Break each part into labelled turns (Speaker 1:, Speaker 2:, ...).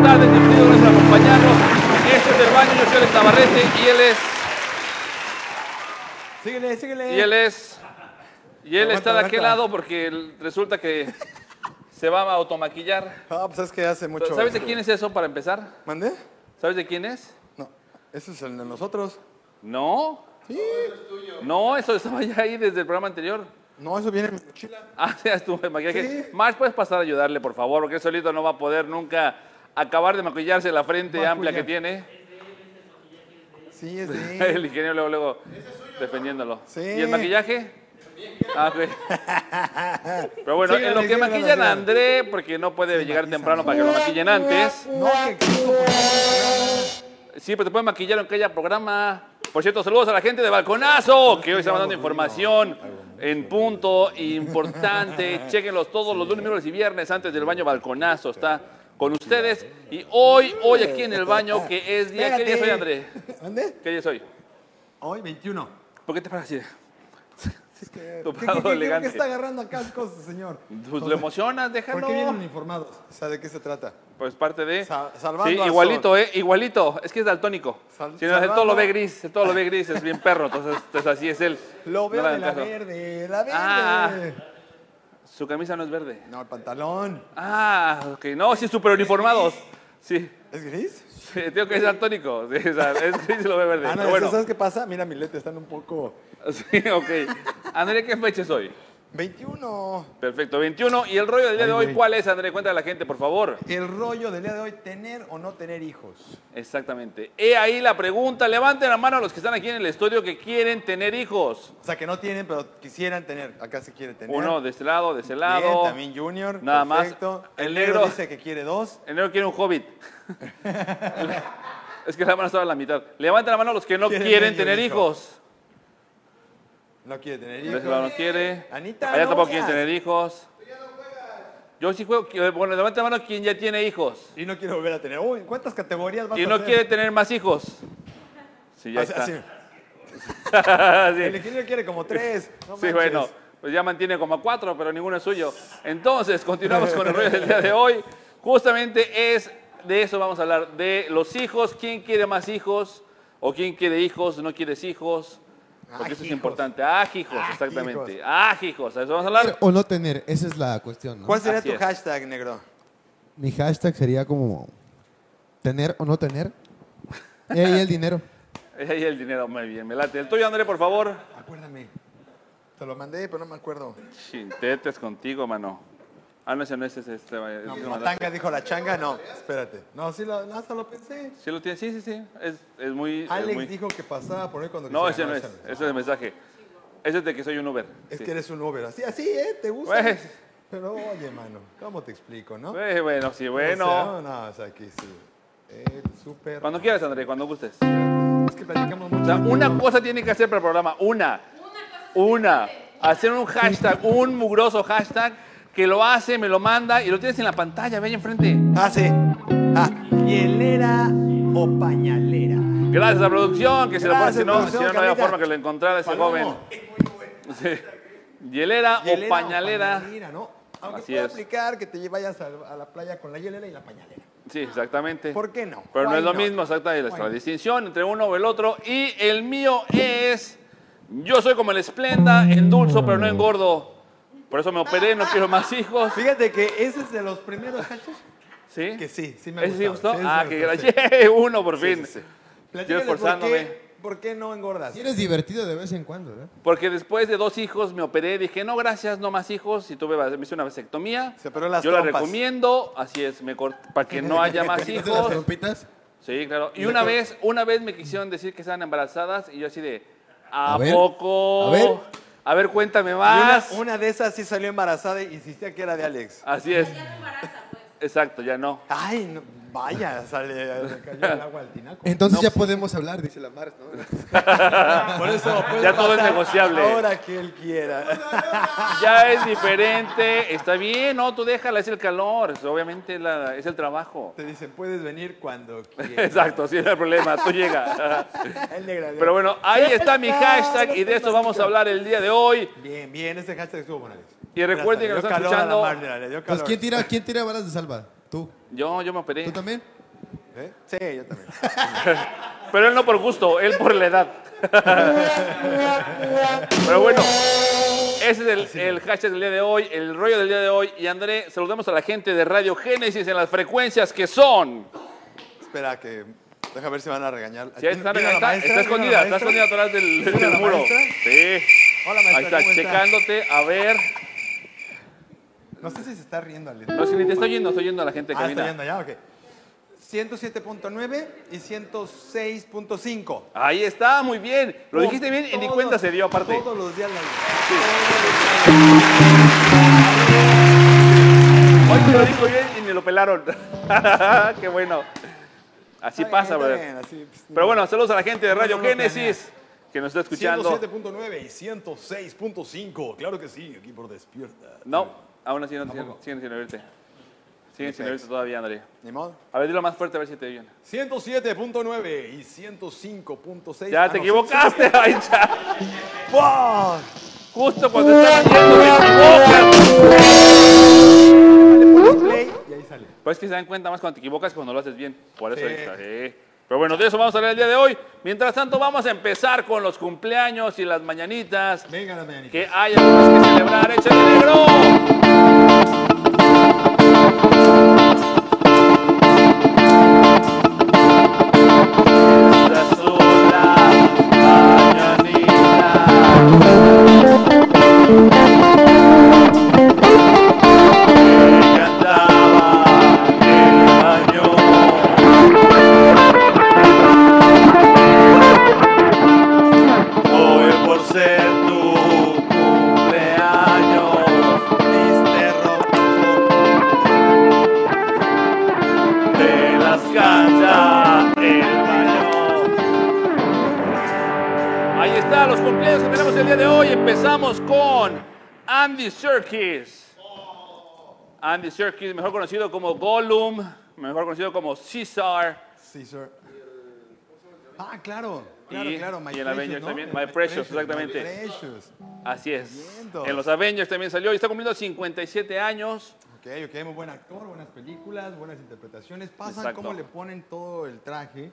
Speaker 1: bienvenido, gracias por acompañarnos. Este es Herbaño, yo soy Alex Navarrete y él es...
Speaker 2: Síguele, síguele.
Speaker 1: Y él es... Y él
Speaker 2: Aguanta,
Speaker 1: está de aquel
Speaker 2: aguanta.
Speaker 1: lado porque él- resulta que se va a automaquillar.
Speaker 2: Ah, pues es que hace mucho.
Speaker 1: ¿Sabes de quién es eso para empezar?
Speaker 2: ¿Mandé?
Speaker 1: ¿Sabes de quién es?
Speaker 2: No. Ese es el de nosotros.
Speaker 1: No. No, eso estaba ya ahí desde el programa anterior.
Speaker 2: No, eso viene en mi mochila.
Speaker 1: Ah, sí, haz tu maquillaje.
Speaker 2: Sí.
Speaker 1: Más puedes pasar a ayudarle, por favor, porque él solito no va a poder nunca acabar de maquillarse la frente
Speaker 2: Maquillar.
Speaker 1: amplia que tiene.
Speaker 2: Sí, es de.
Speaker 1: El ingeniero luego, luego defendiéndolo.
Speaker 2: Sí.
Speaker 1: ¿Y el maquillaje? Ah, ok. Pero bueno,
Speaker 2: Síganle,
Speaker 1: en lo que
Speaker 2: síganle,
Speaker 1: maquillan
Speaker 2: síganle.
Speaker 1: a André, porque no puede llegar temprano para que lo maquillen antes.
Speaker 2: No, que.
Speaker 1: Sí, pero te pueden maquillar aunque haya programa. Por cierto, saludos a la gente de Balconazo, que hoy está mandando información en punto importante. Chequenlos todos los lunes, miércoles y viernes antes del baño Balconazo. Está con ustedes. Y hoy, hoy aquí en el baño, que es día... ¿Qué día soy, André?
Speaker 2: ¿Mandé?
Speaker 1: ¿Qué día soy?
Speaker 3: Hoy 21.
Speaker 1: ¿Por qué te paras así?
Speaker 2: Es que.
Speaker 1: Tu
Speaker 2: ¿Qué, qué,
Speaker 1: prado
Speaker 2: qué- qué-
Speaker 1: elegante.
Speaker 3: ¿Qué está agarrando acá cosas, señor?
Speaker 1: Pues lo emocionas,
Speaker 3: ¿Por
Speaker 1: déjalo.
Speaker 3: qué vienen uniformados?
Speaker 2: O sea, ¿de qué se trata?
Speaker 1: Pues parte de.
Speaker 2: Sa- salvando
Speaker 1: sí,
Speaker 2: al
Speaker 1: igualito, ¿eh? Igualito. Es que es daltónico.
Speaker 2: Sal-
Speaker 1: si no, el todo lo
Speaker 2: salvando-
Speaker 1: ve gris, el todo lo ve gris, es bien perro. Entonces, entonces así es él.
Speaker 2: Lo veo
Speaker 1: No le
Speaker 2: de la
Speaker 1: hagan caso.
Speaker 2: verde, la verde.
Speaker 1: Ah. Su camisa no es verde.
Speaker 2: No, el pantalón.
Speaker 1: Ah, ok. No, sí, súper uniformados. Sí.
Speaker 2: ¿Es gris?
Speaker 1: sí, Tengo que es daltónico. Sí, o sea, es gris y lo ve verde.
Speaker 2: Ah, no,
Speaker 1: Pero bueno.
Speaker 2: ¿sabes qué pasa? Mira, mi lente están un poco.
Speaker 1: Sí, ok. André, ¿qué fecha es hoy?
Speaker 2: 21.
Speaker 1: Perfecto, 21. ¿Y el rollo del día de hoy cuál es, André? Cuéntale a la gente, por favor.
Speaker 3: El rollo del día de hoy, tener o no tener hijos.
Speaker 1: Exactamente. He ahí la pregunta. Levanten la mano a los que están aquí en el estudio que quieren tener hijos.
Speaker 2: O sea, que no tienen, pero quisieran tener. Acá se quiere tener.
Speaker 1: Uno de este lado, de ese
Speaker 2: Bien,
Speaker 1: lado.
Speaker 2: también Junior.
Speaker 1: Nada más.
Speaker 2: perfecto. El,
Speaker 1: El
Speaker 2: negro
Speaker 1: negro-
Speaker 2: dice que quiere dos.
Speaker 1: El negro quiere un hobbit. es que la mano estaba a la mitad. Levanten la mano a los que no
Speaker 2: Quieren
Speaker 1: quieren
Speaker 2: ellos,
Speaker 1: tener
Speaker 2: hijo.
Speaker 1: hijos.
Speaker 2: No quiere tener
Speaker 1: De
Speaker 2: hijos.
Speaker 1: ese lado no quiere.
Speaker 2: Anita,
Speaker 1: Allá
Speaker 2: no
Speaker 1: tampoco
Speaker 2: veas.
Speaker 1: quieren tener hijos. Yo sí juego. Bueno, levanten la mano quien ya tiene hijos.
Speaker 2: Y no quiere volver a tener. Uy, ¿cuántas categorías vas
Speaker 1: Y
Speaker 2: a
Speaker 1: no
Speaker 2: hacer?
Speaker 1: quiere tener más hijos. Sí, ya
Speaker 2: O sea,
Speaker 1: está.
Speaker 2: sí.
Speaker 1: Sí.
Speaker 2: El ingeniero quiere como tres. No
Speaker 1: Sí,
Speaker 2: manches.
Speaker 1: bueno, pues ya mantiene como a cuatro, pero ninguno es suyo. Entonces, continuamos con el rollo del día de hoy. Justamente es de eso vamos a hablar, de los hijos, quién quiere más hijos, o quién quiere hijos, no quieres hijos, porque eso es
Speaker 2: Ajijos.
Speaker 1: importante. Ah, hijos, exactamente. Ah, hijos, a eso vamos a hablar.
Speaker 4: o no tener, esa es la cuestión. ¿no?
Speaker 2: ¿Cuál sería
Speaker 1: Así
Speaker 2: tu
Speaker 1: es.
Speaker 2: hashtag, negro?
Speaker 4: Mi hashtag sería como tener o no tener. Y ahí el dinero.
Speaker 1: Ahí el dinero, muy bien, me late. El tuyo, André, por favor.
Speaker 2: Acuérdame. Te lo mandé, pero no me acuerdo.
Speaker 1: Chintetes contigo, mano. Ah, no, ese no es ese. este, ese
Speaker 2: No,
Speaker 1: lo
Speaker 2: no,
Speaker 1: mandaste.
Speaker 2: tanga dijo la changa, no. Espérate. No, sí, lo, hasta lo pensé.
Speaker 1: Sí, lo tienes, sí, sí, sí. Es, es muy... es
Speaker 2: Alex
Speaker 1: muy-
Speaker 2: dijo que pasaba por ahí cuando
Speaker 1: No, ese
Speaker 2: quisiera.
Speaker 1: no es. Ese es el mensaje. Ese es de que soy un Uber.
Speaker 2: Es
Speaker 1: Sí.
Speaker 2: que eres un Uber. Así, así, ¿eh? ¿Te gusta?
Speaker 1: Pues.
Speaker 2: Pero oye, mano, ¿cómo te explico, no?
Speaker 1: Eh, bueno, sí, bueno.
Speaker 2: O sea, no, o sea, aquí sí. El súper.
Speaker 1: Cuando quieras, André, cuando gustes.
Speaker 2: Es que platicamos
Speaker 1: O
Speaker 2: mucho.
Speaker 1: sea, una cosa tiene que hacer para el programa. Una. Una. Hacer un hashtag, un mugroso hashtag que lo hace, me lo manda y lo tienes en la pantalla, ve ahí enfrente.
Speaker 2: Ah, sí. Ah,
Speaker 3: ¿Hielera o pañalera?
Speaker 1: Gracias a la producción, que se lo pone,
Speaker 2: Gracias,
Speaker 1: si no, si
Speaker 2: producción,
Speaker 1: no, no había
Speaker 2: Carlita.
Speaker 1: forma que lo encontrara ese
Speaker 2: Palomo.
Speaker 1: joven. Sí. Hielera,
Speaker 2: hielera
Speaker 1: o pañalera.
Speaker 2: ¿no? Aunque
Speaker 1: Así
Speaker 2: pueda
Speaker 1: es.
Speaker 2: aplicar que te vayas a, a la playa con la hielera y la pañalera.
Speaker 1: Sí, exactamente.
Speaker 2: ¿Por qué no?
Speaker 1: Pero no
Speaker 2: Why
Speaker 1: es lo
Speaker 2: not?
Speaker 1: mismo, exactamente, la
Speaker 2: Why not?
Speaker 1: distinción entre uno o el otro. Y el mío es, yo soy como el esplenda, endulzo pero no engordo. Por eso me operé, no quiero más hijos.
Speaker 2: Fíjate que ese es de los primeros hashtags.
Speaker 1: ¿Sí?
Speaker 2: Que sí, sí me
Speaker 1: ¿Ese sí
Speaker 2: gustaba,
Speaker 1: gustó?
Speaker 2: sí, sí
Speaker 1: ah,
Speaker 2: me
Speaker 1: que
Speaker 2: gustó,
Speaker 1: gracias. ¡Yay! uno por fin. Yo
Speaker 2: Platícales por
Speaker 1: esforzándome.
Speaker 2: qué, por qué no engordas.
Speaker 4: Si eres divertido de vez en cuando, ¿no?
Speaker 1: Porque después de dos hijos me operé, dije, no, gracias, no más hijos. Y tuve, me hice una vasectomía.
Speaker 2: Se operó las
Speaker 1: Yo la
Speaker 2: trompas.
Speaker 1: recomiendo, así es, me cort- para que no haya más
Speaker 4: ¿Te las
Speaker 1: hijos.
Speaker 4: trompitas?
Speaker 1: Sí, claro. Y una vez, una vez me quisieron decir que estaban embarazadas y yo así de, ¿a,
Speaker 4: A ver,
Speaker 1: poco?
Speaker 4: a ver.
Speaker 1: A ver, cuéntame
Speaker 2: Y una-
Speaker 1: más.
Speaker 2: Una, de esas sí salió embarazada y insistía que era de Alex.
Speaker 1: Así es. Exacto, ya no.
Speaker 2: Ay, no, vaya, sale, le cayó el agua al tinaco.
Speaker 4: Entonces ya podemos hablar, dice la Mars, ¿no?
Speaker 2: Por eso puede
Speaker 1: Ya todo es
Speaker 2: pasar
Speaker 1: negociable.
Speaker 2: Ahora que él quiera.
Speaker 1: Ya es diferente. Está bien, no, tú déjala, es el calor. es- Obviamente la- es el trabajo.
Speaker 2: Te dicen, puedes venir cuando quieras.
Speaker 1: Exacto, sí, no hay problema, tú llega.
Speaker 2: El negro, el
Speaker 1: Pero bueno, ahí está mi
Speaker 2: Ya
Speaker 1: hashtag y de
Speaker 2: está,
Speaker 1: eso vamos a hablar el día de hoy.
Speaker 2: Bien, bien, ese hashtag estuvo bueno. Alex.
Speaker 1: Y recuerden
Speaker 2: Mira,
Speaker 1: que
Speaker 2: hasta
Speaker 1: nos
Speaker 2: le dio calor
Speaker 1: están
Speaker 2: a la
Speaker 1: escuchando.
Speaker 2: Mar, mira, le dio
Speaker 4: Pues
Speaker 2: calor.
Speaker 4: ¿quién tira, ¿quién tira balas de salva? ¿Tú?
Speaker 1: Yo, yo me operé.
Speaker 4: ¿Tú también?
Speaker 2: ¿Eh? Sí, yo también.
Speaker 1: Pero él no por gusto, él por la edad. Pero bueno, ese es el, el hashtag del día de hoy, el rollo del día de hoy. Y André, saludamos a la gente de Radio Génesis en las frecuencias que son.
Speaker 2: Espera, que. Deja ver si van a regañar.
Speaker 1: Si ahí está,
Speaker 2: Mira la
Speaker 1: está-
Speaker 2: maestra,
Speaker 1: está
Speaker 2: mira la
Speaker 1: escondida, está
Speaker 2: maestra.
Speaker 1: escondida atrás del, del
Speaker 2: la
Speaker 1: muro.
Speaker 2: maestra.
Speaker 1: Sí.
Speaker 2: Hola, maestra,
Speaker 1: Ahí está,
Speaker 2: ¿cómo está?
Speaker 1: checándote, a ver.
Speaker 2: No sé si se está riendo al
Speaker 1: No, si ni te está oyendo, está oyendo a la gente que
Speaker 2: Ah, está yendo
Speaker 1: camina.
Speaker 2: ya, ok.
Speaker 3: 107.9 y 106.5.
Speaker 1: Ahí está, muy bien. Lo
Speaker 3: Con
Speaker 1: dijiste bien y ni
Speaker 3: todos-
Speaker 1: cuenta se dio aparte.
Speaker 3: Todos los días la
Speaker 1: Hoy te lo dijo bien y me lo pelaron. Qué bueno. Así pasa,
Speaker 2: Está
Speaker 1: brother.
Speaker 2: bien, así, pues,
Speaker 1: Pero bueno, saludos a la gente de Radio
Speaker 2: No, no lo
Speaker 1: Génesis que nos está escuchando.
Speaker 5: 107.9 y 106.5. Claro que sí, aquí por despierta.
Speaker 1: No, aún así no siguen, siguen sin oírte. Siguen sin oírte todavía, André.
Speaker 2: Ni modo.
Speaker 1: A ver, dilo más fuerte a ver si te oyen.
Speaker 5: 107.9 y 105.6.
Speaker 1: Ya
Speaker 5: Ah,
Speaker 1: te
Speaker 5: no,
Speaker 1: equivocaste, ay, ya.
Speaker 2: ¡Wow!
Speaker 1: Justo cuando estás oyendo me equivocas.
Speaker 3: play y ahí sale.
Speaker 1: Pues es que se dan cuenta más cuando te equivocas que cuando lo haces bien. Por eso ahí está, sí. Pero bueno, de eso vamos a hablar el día de hoy. Mientras tanto, vamos a empezar con los cumpleaños y las mañanitas.
Speaker 3: Venga la mañanita.
Speaker 1: que hay algunas que celebrar. ¡Échale negro! Estas son las mañanitas que cantaba el mañón. Hoy por ser tu cumpleaños, viste rojo. Te las canta el baño. Ahí está, los cumpleaños que tenemos el día de hoy. Empezamos con Andy Serkis. Andy Serkis, mejor conocido como Gollum, mejor conocido como Caesar.
Speaker 3: Sí, sir. Ah, claro. Claro,
Speaker 1: Y-
Speaker 3: claro. My
Speaker 1: y el
Speaker 3: Precious,
Speaker 1: Avengers
Speaker 3: ¿no?
Speaker 1: también, My Precious, exactamente.
Speaker 3: My Precious.
Speaker 1: Así es.
Speaker 3: Tremendo.
Speaker 1: En los Avengers también salió y está cumpliendo 57 años.
Speaker 3: Ok, ok, muy buen actor, buenas películas, buenas interpretaciones. Pasan
Speaker 1: Exacto.
Speaker 3: cómo le ponen todo el traje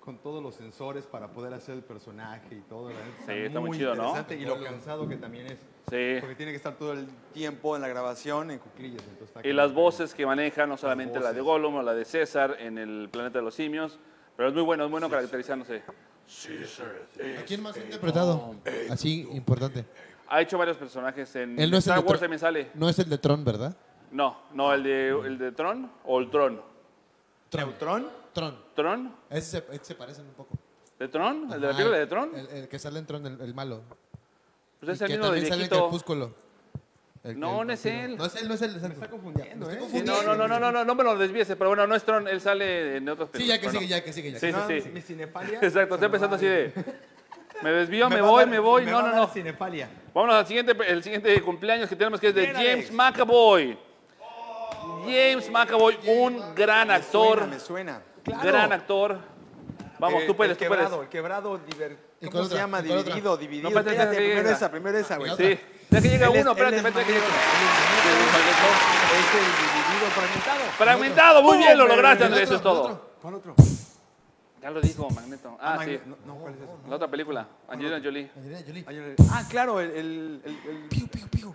Speaker 3: con todos los sensores para poder hacer el personaje y todo. la neta
Speaker 1: Sí, está muy chido, ¿no?
Speaker 3: interesante Y lo cansado que también es.
Speaker 1: Sí.
Speaker 3: Porque tiene que estar todo el tiempo en la grabación en cuclillas. Entonces está
Speaker 1: Y
Speaker 3: como-
Speaker 1: las voces que maneja, no solamente la de
Speaker 3: voces.
Speaker 1: Gollum o la de César en el planeta de los simios, pero es muy bueno, es bueno caracterizándose.
Speaker 4: ¿A quién más ha interpretado? Así, importante.
Speaker 1: Ha hecho varios personajes en
Speaker 4: Él no es el
Speaker 1: Star
Speaker 4: de
Speaker 1: Wars
Speaker 4: Tron.
Speaker 1: también sale.
Speaker 4: No es el de Tron, ¿verdad?
Speaker 1: No, no, el de, el de Tron o el Tron.
Speaker 3: ¿Neutrón?
Speaker 4: Tron.
Speaker 1: ¿Tron?
Speaker 4: Ese se, ese se parecen un poco.
Speaker 1: ¿De Tron? ¿El de la
Speaker 4: Ajá,
Speaker 1: película de Tron?
Speaker 4: El, el que sale en Tron, el, el malo.
Speaker 1: Pues es
Speaker 4: Y
Speaker 1: el
Speaker 4: que
Speaker 1: mismo de
Speaker 4: también sale en
Speaker 1: viejito.
Speaker 4: Crepúsculo. El-
Speaker 1: No,
Speaker 4: el
Speaker 1: no es
Speaker 4: vampiro.
Speaker 1: él.
Speaker 4: No es él, no es él. Me está
Speaker 3: confundiendo, ¿eh?
Speaker 1: Sí, no, no, no, no, no, no, no me lo desvieses, pero bueno, no es Tron, él sale en otros
Speaker 4: Sí, ya que
Speaker 1: pero no.
Speaker 4: sigue, ya que sigue. Ya.
Speaker 1: Sí,
Speaker 4: que
Speaker 1: sí,
Speaker 3: No,
Speaker 1: sí.
Speaker 3: Mi cinefalia.
Speaker 1: Exacto, estoy pensando así de. Me desvío, me,
Speaker 3: va a
Speaker 1: voy,
Speaker 3: dar-
Speaker 1: me voy. No,
Speaker 3: va a
Speaker 1: no,
Speaker 3: dar
Speaker 1: no.
Speaker 3: Cinefalia.
Speaker 1: Vámonos al siguiente, el siguiente cumpleaños que tenemos que es de James McAvoy. James McAvoy, un gran actor.
Speaker 2: Me suena.
Speaker 1: Gran actor. Vamos,
Speaker 2: Eh,
Speaker 1: tú puedes,
Speaker 2: el
Speaker 1: tú puedes.
Speaker 2: quebrado, el quebrado. diver-
Speaker 4: ¿Y cuál
Speaker 2: ¿Cómo se
Speaker 4: otra?
Speaker 2: llama?
Speaker 4: ¿Y cuál otra?
Speaker 2: Dividido, dividido.
Speaker 1: No, espérate,
Speaker 2: Espérate,
Speaker 1: espérate,
Speaker 2: primero
Speaker 1: llega.
Speaker 2: esa, primero esa, güey.
Speaker 4: la
Speaker 1: Sí. Ya que llega
Speaker 2: Él es-
Speaker 1: uno,
Speaker 2: él
Speaker 1: espérate,
Speaker 2: es
Speaker 1: espérate. que llega
Speaker 2: magnífico.
Speaker 1: uno.
Speaker 2: Es el dividido fragmentado.
Speaker 1: Fragmentado, muy bien, lo lograste,
Speaker 4: sigue.
Speaker 1: Andrés, eso es todo.
Speaker 4: Otro.
Speaker 3: ¿Cuál otro?
Speaker 1: Ya lo dijo Magneto. Ah, sí.
Speaker 3: No, no, ¿cuál es ese?
Speaker 1: La otra película, Angelina Jolie.
Speaker 4: Angelina Jolie.
Speaker 2: Ay, Ah, claro, el, el, el- el-
Speaker 4: Piu, piu,
Speaker 3: El
Speaker 4: piu.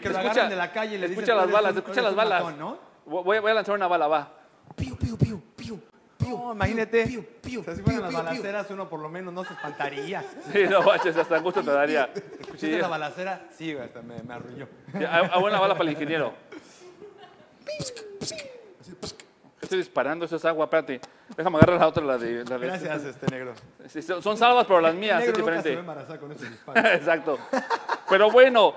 Speaker 3: que lo
Speaker 1: Escucha-
Speaker 3: agarran de la calle y le dicen,
Speaker 1: escucha
Speaker 3: "Tú
Speaker 1: las
Speaker 3: eres
Speaker 1: balas,
Speaker 3: un-
Speaker 1: escucha
Speaker 3: tú eres
Speaker 1: las
Speaker 3: un
Speaker 1: balas".
Speaker 3: matón", ¿no?
Speaker 1: Voy, voy a lanzar una bala, va.
Speaker 4: Piu, piu, piu, piu. piu,
Speaker 2: No, imagínate.
Speaker 4: piu, piu,
Speaker 3: O sea, si
Speaker 4: piu,
Speaker 3: fueran las
Speaker 4: piu, piu.
Speaker 3: balaceras, uno por lo menos no se espantaría.
Speaker 1: Sí, no baches, hasta gusto te daría.
Speaker 3: ¿Escuchaste
Speaker 1: Sí,
Speaker 3: la balacera? Sí, güey, hasta me, me arrulló.
Speaker 1: ya, ah, ah, buena bala para el ingeniero. Estoy disparando, eso es agua, espérate. Déjame agarrar la otra, la de... La de-
Speaker 3: Gracias, este negro.
Speaker 1: Sí, son son salvas, pero las mías es
Speaker 3: negro nunca se va a
Speaker 1: diferente.
Speaker 3: embarazar con ese disparo.
Speaker 1: Exacto. Pero bueno,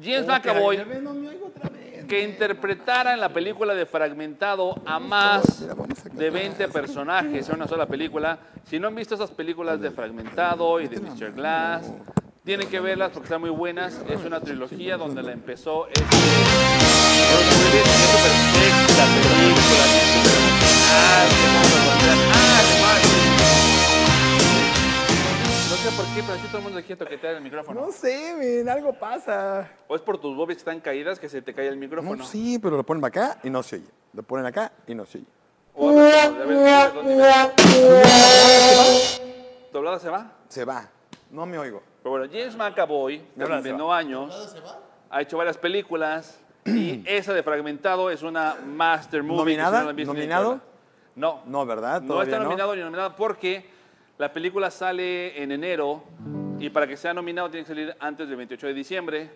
Speaker 1: James
Speaker 3: Ya
Speaker 1: McAvoy,
Speaker 3: ves, No me oigo otra vez.
Speaker 1: que interpretara en la película de Fragmentado a más de 20 personajes en una sola película. Si no han visto esas películas de Fragmentado y de Mr. Glass, tienen que verlas porque están muy buenas. Es una trilogía donde la empezó... este- Es perfecta película. Ah, qué bueno, ah, qué mal. No sé por qué, pero sí todo el mundo quiere toquetear el micrófono.
Speaker 2: No sé, men, algo pasa.
Speaker 1: ¿O es por tus bobbies que están caídas que se te cae el micrófono?
Speaker 2: No, sí, pero lo ponen acá y no se oye. Lo ponen acá y no se oye.
Speaker 1: O hablas como de Abel, tienes dos niveles. ¿Tu hablada se va?
Speaker 2: Se va. No me oigo.
Speaker 1: Pero bueno, James McAvoy, que
Speaker 5: hablada se
Speaker 1: terminó años, ha hecho varias películas y esa de Fragmentado es una master movie. que si
Speaker 2: ¿Nominada?
Speaker 1: no la han visto, tienen que
Speaker 2: ¿Nominado?
Speaker 1: verla. No.
Speaker 2: No, ¿verdad?
Speaker 1: No
Speaker 2: Todavía
Speaker 1: está
Speaker 2: no.
Speaker 1: nominado ni nominada porque la película sale en enero y para que sea nominado tiene que salir antes del 28 de diciembre,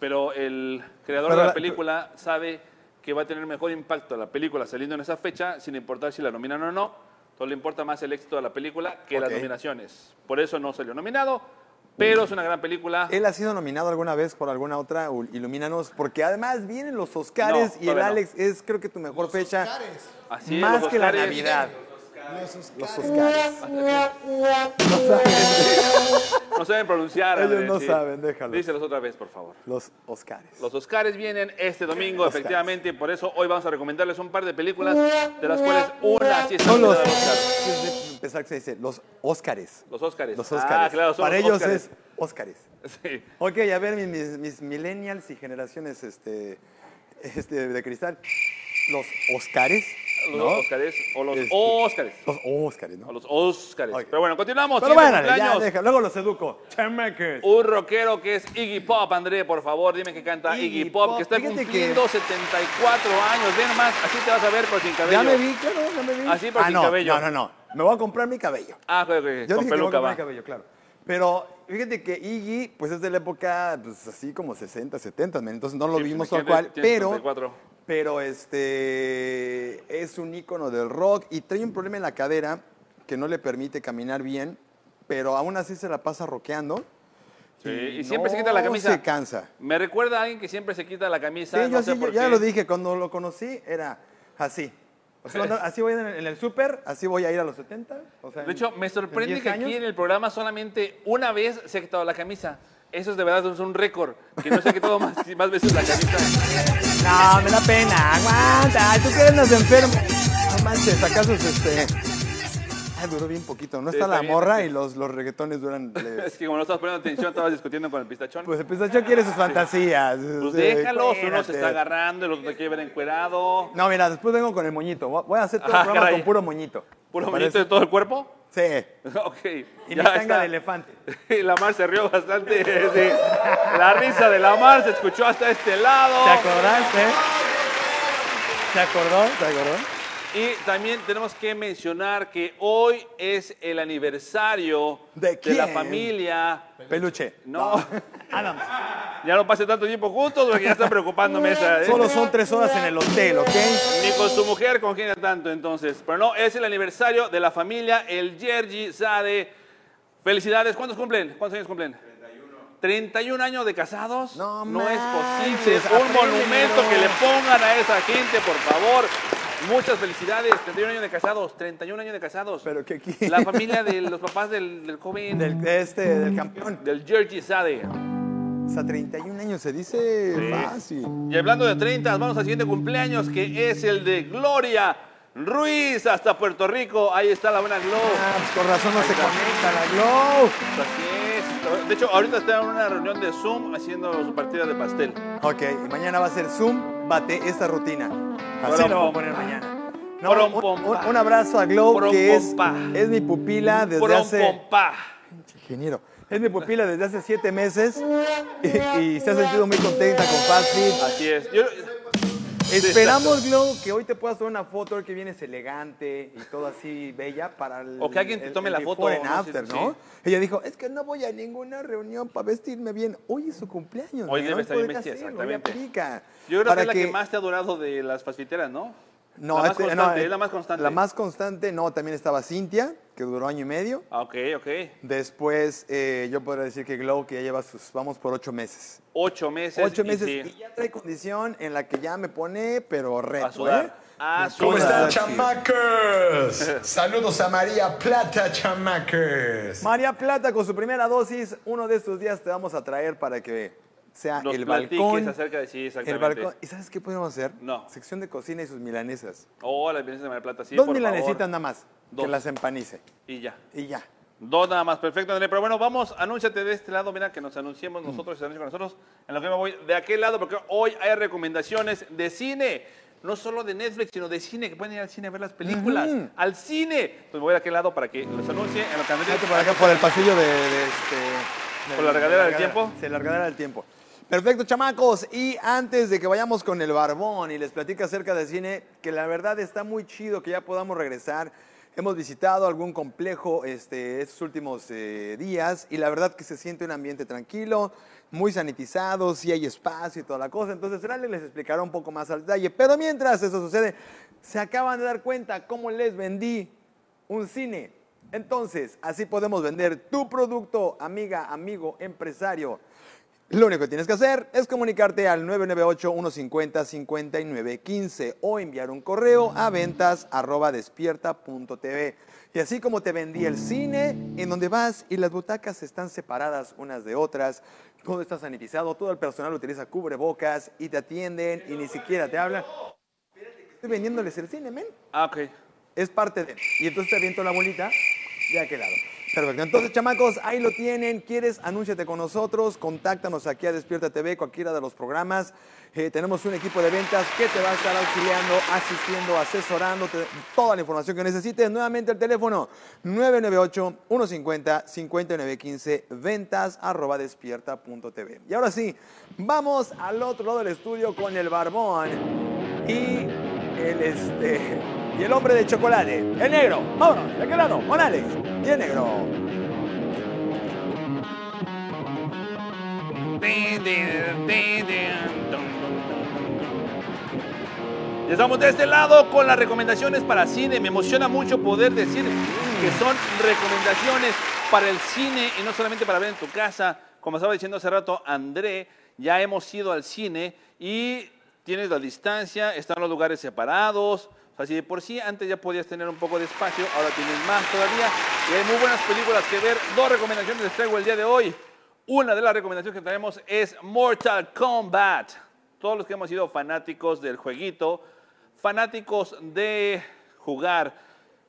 Speaker 1: pero el creador
Speaker 2: Pero
Speaker 1: de la
Speaker 2: la-
Speaker 1: película sabe que va a tener mejor impacto la película saliendo en esa fecha, sin importar si la nominan o no. Todo le importa más el éxito de la película que las
Speaker 2: Ok.
Speaker 1: nominaciones. Por eso no salió nominado, pero es una gran película.
Speaker 2: Él ha sido nominado alguna vez por alguna otra, U- ilumínanos, porque además vienen los Oscars
Speaker 1: No,
Speaker 2: y el
Speaker 1: todavía no.
Speaker 2: Alex es creo que tu mejor fecha.
Speaker 1: Así es,
Speaker 2: más
Speaker 1: los
Speaker 2: que la
Speaker 1: Oscars.
Speaker 2: Navidad. Los Oscars.
Speaker 1: No saben pronunciar.
Speaker 2: Ellos
Speaker 1: Andrés,
Speaker 2: no
Speaker 1: sí.
Speaker 2: saben, déjalos.
Speaker 1: Díselos otra vez, por favor.
Speaker 2: Los Oscars.
Speaker 1: Los Oscars vienen este domingo, efectivamente, por eso hoy vamos a recomendarles un par de películas, de las cuales una sí está
Speaker 2: Son los.
Speaker 1: nominada al Oscar.
Speaker 2: Desde empezar que se dice los Oscars.
Speaker 1: Los Oscars.
Speaker 2: Los Oscars.
Speaker 1: Ah, claro, son
Speaker 2: Para
Speaker 1: los
Speaker 2: ellos
Speaker 1: Óscares.
Speaker 2: es Oscars.
Speaker 1: Sí.
Speaker 2: Ok, a ver, mis, mis- mis millennials y generaciones este, este, de cristal. Los Oscars.
Speaker 1: Los
Speaker 2: ¿no?
Speaker 1: Óscares, o los
Speaker 2: Este-
Speaker 1: Óscares.
Speaker 2: Los Oscars, ¿no?
Speaker 1: O los Óscares.
Speaker 2: Ok.
Speaker 1: Pero bueno, continuamos.
Speaker 2: Pero
Speaker 1: Siguiente
Speaker 2: bueno, ya,
Speaker 1: cumpleaños.
Speaker 2: deja, luego los educo. Chemakers.
Speaker 1: Un rockero que es Iggy Pop, André, por favor, dime que canta Iggy,
Speaker 2: Iggy
Speaker 1: Pop,
Speaker 2: Pop,
Speaker 1: que está
Speaker 2: fíjate que-
Speaker 1: cumpliendo 74 años. Ven más, así te vas a ver, pero sin cabello.
Speaker 2: Ya me vi, claro, ya me vi.
Speaker 1: Así, pero
Speaker 2: ah,
Speaker 1: sin
Speaker 2: no,
Speaker 1: cabello.
Speaker 2: No, no, no. Me voy a comprar mi cabello.
Speaker 1: Ah, ok, ok,
Speaker 2: Yo
Speaker 1: con
Speaker 2: dije que me voy
Speaker 1: peluca
Speaker 2: a comprar
Speaker 1: va.
Speaker 2: mi cabello, claro. Pero fíjate que Iggy, pues es de la época, pues así como 60, 70, men, entonces no lo
Speaker 1: Sí, pues,
Speaker 2: vimos
Speaker 1: me
Speaker 2: tal
Speaker 1: quedé-
Speaker 2: cual,
Speaker 1: tiene
Speaker 2: pero,
Speaker 1: 34.
Speaker 2: pero este es un ícono del rock y trae un problema en la cadera que no le permite caminar bien, pero aún así se la pasa rockeando.
Speaker 1: Sí, y siempre se quita la
Speaker 2: no
Speaker 1: camisa.
Speaker 2: se cansa.
Speaker 1: Me recuerda a alguien que siempre se quita la
Speaker 2: Sí,
Speaker 1: camisa. Ah, no
Speaker 2: yo
Speaker 1: sé
Speaker 2: sí,
Speaker 1: por
Speaker 2: ya
Speaker 1: qué.
Speaker 2: lo dije, cuando lo conocí era así. O sea, cuando- así voy en el, en el súper, así voy a ir a los 70. o sea,
Speaker 1: De hecho,
Speaker 2: en-
Speaker 1: me
Speaker 2: en
Speaker 1: sorprende
Speaker 2: 10
Speaker 1: que
Speaker 2: años.
Speaker 1: aquí en el programa solamente una vez se ha quitado la camisa. Eso es de verdad es un récord, que no se ha quitado más, más veces la camisa.
Speaker 2: No, me da pena, aguanta, tú que eres enfermo. No manches, ¿acaso es este? Ay, Ah, duró bien poquito, no
Speaker 1: Sí,
Speaker 2: está,
Speaker 1: está
Speaker 2: la
Speaker 1: bien,
Speaker 2: morra
Speaker 1: sí.
Speaker 2: y los, los reggaetones duran... le-
Speaker 1: Es que como no estabas poniendo atención, estabas discutiendo con el pistachón. Pues,
Speaker 2: Pues el pistacho quiere sus fantasías. este,
Speaker 1: déjalo, si uno
Speaker 2: cuídate.
Speaker 1: se está agarrando, el otro te quiere ver encuerado.
Speaker 2: No, mira, después vengo con el moñito, voy voy a hacer todo
Speaker 1: Ah,
Speaker 2: el programa
Speaker 1: caray.
Speaker 2: con puro moñito.
Speaker 1: ¿Puro
Speaker 2: ¿Te
Speaker 1: bonito de todo el cuerpo?
Speaker 2: parece? Sí,
Speaker 1: ok.
Speaker 2: y mi
Speaker 1: ya
Speaker 2: tanga
Speaker 1: está.
Speaker 2: de elefante.
Speaker 1: Y la Mar se rió bastante. sí. La risa de la Mar se escuchó hasta este lado.
Speaker 2: ¿Te acordaste? ¿Te acordó? ¿Te acordó?
Speaker 1: Y también tenemos que mencionar que hoy es el aniversario
Speaker 2: ¿De
Speaker 1: la
Speaker 2: quién? Ah,
Speaker 1: familia.
Speaker 2: Peluche.
Speaker 1: No,
Speaker 2: Adam,
Speaker 1: ya no pase tanto tiempo juntos porque ya está preocupándome esa. ¿eh?
Speaker 2: solo son tres horas en el hotel, ¿ok?
Speaker 1: Ni con su mujer congenia tanto entonces. Pero no, es el aniversario de la familia, el Yergi Sade. Felicidades, ¿cuántos cumplen? ¿Cuántos años cumplen? 31 años de casados.
Speaker 2: No
Speaker 1: es
Speaker 2: manches,
Speaker 1: posible. Un
Speaker 2: apréndelo.
Speaker 1: monumento que le pongan a esa gente, por favor. Muchas felicidades. 31 años de casados. 31 años de casados.
Speaker 2: Pero que aquí...
Speaker 1: La familia de los papás del, del joven, del,
Speaker 2: del, de este, del campeón.
Speaker 1: Georgie Sade.
Speaker 2: O sea, 31 años se dice fácil.
Speaker 1: Y hablando de 30, vamos al siguiente cumpleaños que es el de Gloria Ruiz hasta Puerto Rico. Ahí está la buena Glo.
Speaker 2: Ah, pues con razón no se conecta la Glow.
Speaker 1: Así es. De hecho, ahorita está en una reunión de Zoom haciendo su partida de pastel.
Speaker 2: Ok, y mañana va a ser Zoom, bate esta rutina. Así
Speaker 1: Porom,
Speaker 2: lo voy
Speaker 1: pom.
Speaker 2: a poner mañana. No,
Speaker 1: Porom,
Speaker 2: un,
Speaker 1: pom,
Speaker 2: un-
Speaker 1: pa.
Speaker 2: un abrazo a Glow,
Speaker 1: Porom,
Speaker 2: que
Speaker 1: pom,
Speaker 2: es,
Speaker 1: pa.
Speaker 2: es mi pupila desde
Speaker 1: Prom,
Speaker 2: hace...
Speaker 1: pom, pa.
Speaker 2: Ingeniero. Es mi pupila desde hace siete meses y, y se ha sentido muy contenta con Fast Fit.
Speaker 1: Así es. Yo-
Speaker 2: Esperamos, Glow, que hoy te puedas tomar una foto, hoy que vienes elegante y todo así bella para el.
Speaker 1: O que alguien te
Speaker 2: el-
Speaker 1: tome
Speaker 2: el
Speaker 1: la foto,
Speaker 2: before and
Speaker 1: ¿no?
Speaker 2: after,
Speaker 1: Sí,
Speaker 2: ¿no?
Speaker 1: sí.
Speaker 2: Ella dijo: Es que no voy a ninguna reunión para vestirme bien. Hoy es su cumpleaños.
Speaker 1: Hoy
Speaker 2: ¿no?
Speaker 1: debe estar bien
Speaker 2: podría
Speaker 1: vestida,
Speaker 2: hacerlo, hoy
Speaker 1: exactamente.
Speaker 2: aplica.
Speaker 1: Yo creo que
Speaker 2: Para
Speaker 1: es la que más te ha durado de las pasfiteras, ¿no?
Speaker 2: No,
Speaker 1: la más
Speaker 2: este- no,
Speaker 1: constante, es la más constante.
Speaker 2: La más constante, no, también estaba Cintia, que duró año y medio.
Speaker 1: Ah, ok, ok.
Speaker 2: Después, eh, yo podría decir que Glow, que ya lleva sus. Vamos por ocho meses.
Speaker 1: Ocho meses.
Speaker 2: Ocho
Speaker 1: y
Speaker 2: meses
Speaker 1: sí.
Speaker 2: y ya trae condición en la que ya me pone, pero reto,
Speaker 1: A sudar.
Speaker 2: ¿eh?
Speaker 1: A
Speaker 5: ¿Cómo
Speaker 1: sudar.
Speaker 5: están, chamacos? Saludos a María Plata, chamacos.
Speaker 2: María Plata con su primera dosis, uno de estos días te vamos a traer para que sea
Speaker 1: Nos
Speaker 2: el
Speaker 1: platiques
Speaker 2: balcón.
Speaker 1: acerca de sí,
Speaker 2: El
Speaker 1: exactamente.
Speaker 2: balcón. ¿Y sabes qué podemos hacer?
Speaker 1: No.
Speaker 2: Sección de cocina y sus milanesas.
Speaker 1: Oh, las milanesas de Mar del Plata, sí,
Speaker 2: Dos
Speaker 1: por
Speaker 2: milanesitas
Speaker 1: favor.
Speaker 2: nada más.
Speaker 1: Dos.
Speaker 2: Que las empanice.
Speaker 1: Y ya.
Speaker 2: Y ya.
Speaker 1: Dos nada más, perfecto, André. Pero bueno, vamos, anúnciate de este lado, mira que nos anunciemos nosotros, y se anuncia con nosotros, en lo que me voy de aquel lado, porque hoy hay recomendaciones de cine. no solo de Netflix, sino de cine, que pueden ir al cine a ver las películas. ¡Al cine! Pues me voy a aquel lado para que los anuncie en los canales.
Speaker 2: Vete por acá, por el pasillo de, de este...
Speaker 1: ¿Por
Speaker 2: de-
Speaker 1: la regadera
Speaker 2: de
Speaker 1: del tiempo?
Speaker 2: Sí, la regadera del tiempo. Perfecto, chamacos. Y antes de que vayamos con el Barbón y les platique acerca de cine, que la verdad está muy chido que ya podamos regresar. Hemos visitado algún complejo este, estos últimos eh, días y la verdad que se siente un ambiente tranquilo, muy sanitizado, sí hay espacio y toda la cosa. Entonces, Rale les explicará un poco más al detalle. Pero mientras eso sucede, se acaban de dar cuenta cómo les vendí un cine. Entonces, así podemos vender tu producto, amiga, amigo, empresario. Lo único que tienes que hacer es comunicarte al 998-150-5915 o enviar un correo a ventas arroba despierta punto tv. Y así como te vendí el cine, en donde vas y las butacas están separadas unas de otras, todo está sanitizado, todo el personal utiliza cubrebocas y te atienden y ni siquiera te hablan. Estoy vendiéndoles el cine, men
Speaker 1: Ah, ok.
Speaker 2: es parte de. Y entonces te aviento la bolita de aquel lado. Perfecto. Entonces, chamacos, ahí lo tienen. ¿Quieres? Anúnciate con nosotros. Contáctanos aquí a Despierta TV, cualquiera de los programas. Eh, tenemos un equipo de ventas que te va a estar auxiliando, asistiendo, asesorando, te- toda la información que necesites. Nuevamente el teléfono 998-150-5915, ventas arroba despierta punto TV. Y ahora sí, vamos al otro lado del estudio con el barbón y el este y el hombre de chocolate, el negro, vámonos, el grano, con Alex y el negro.
Speaker 1: Ya estamos de este lado con las recomendaciones para cine. Me emociona mucho poder decir que son recomendaciones para el cine y no solamente para ver en tu casa. Como estaba diciendo hace rato, André, ya hemos ido al cine y tienes la distancia, están los lugares separados. O sea, si de por sí antes ya podías tener un poco de espacio, ahora tienes más todavía. Y hay muy buenas películas que ver. Dos recomendaciones les traigo el día de hoy. Una de las recomendaciones que traemos es Mortal Kombat. Todos los que hemos sido fanáticos del jueguito, fanáticos de jugar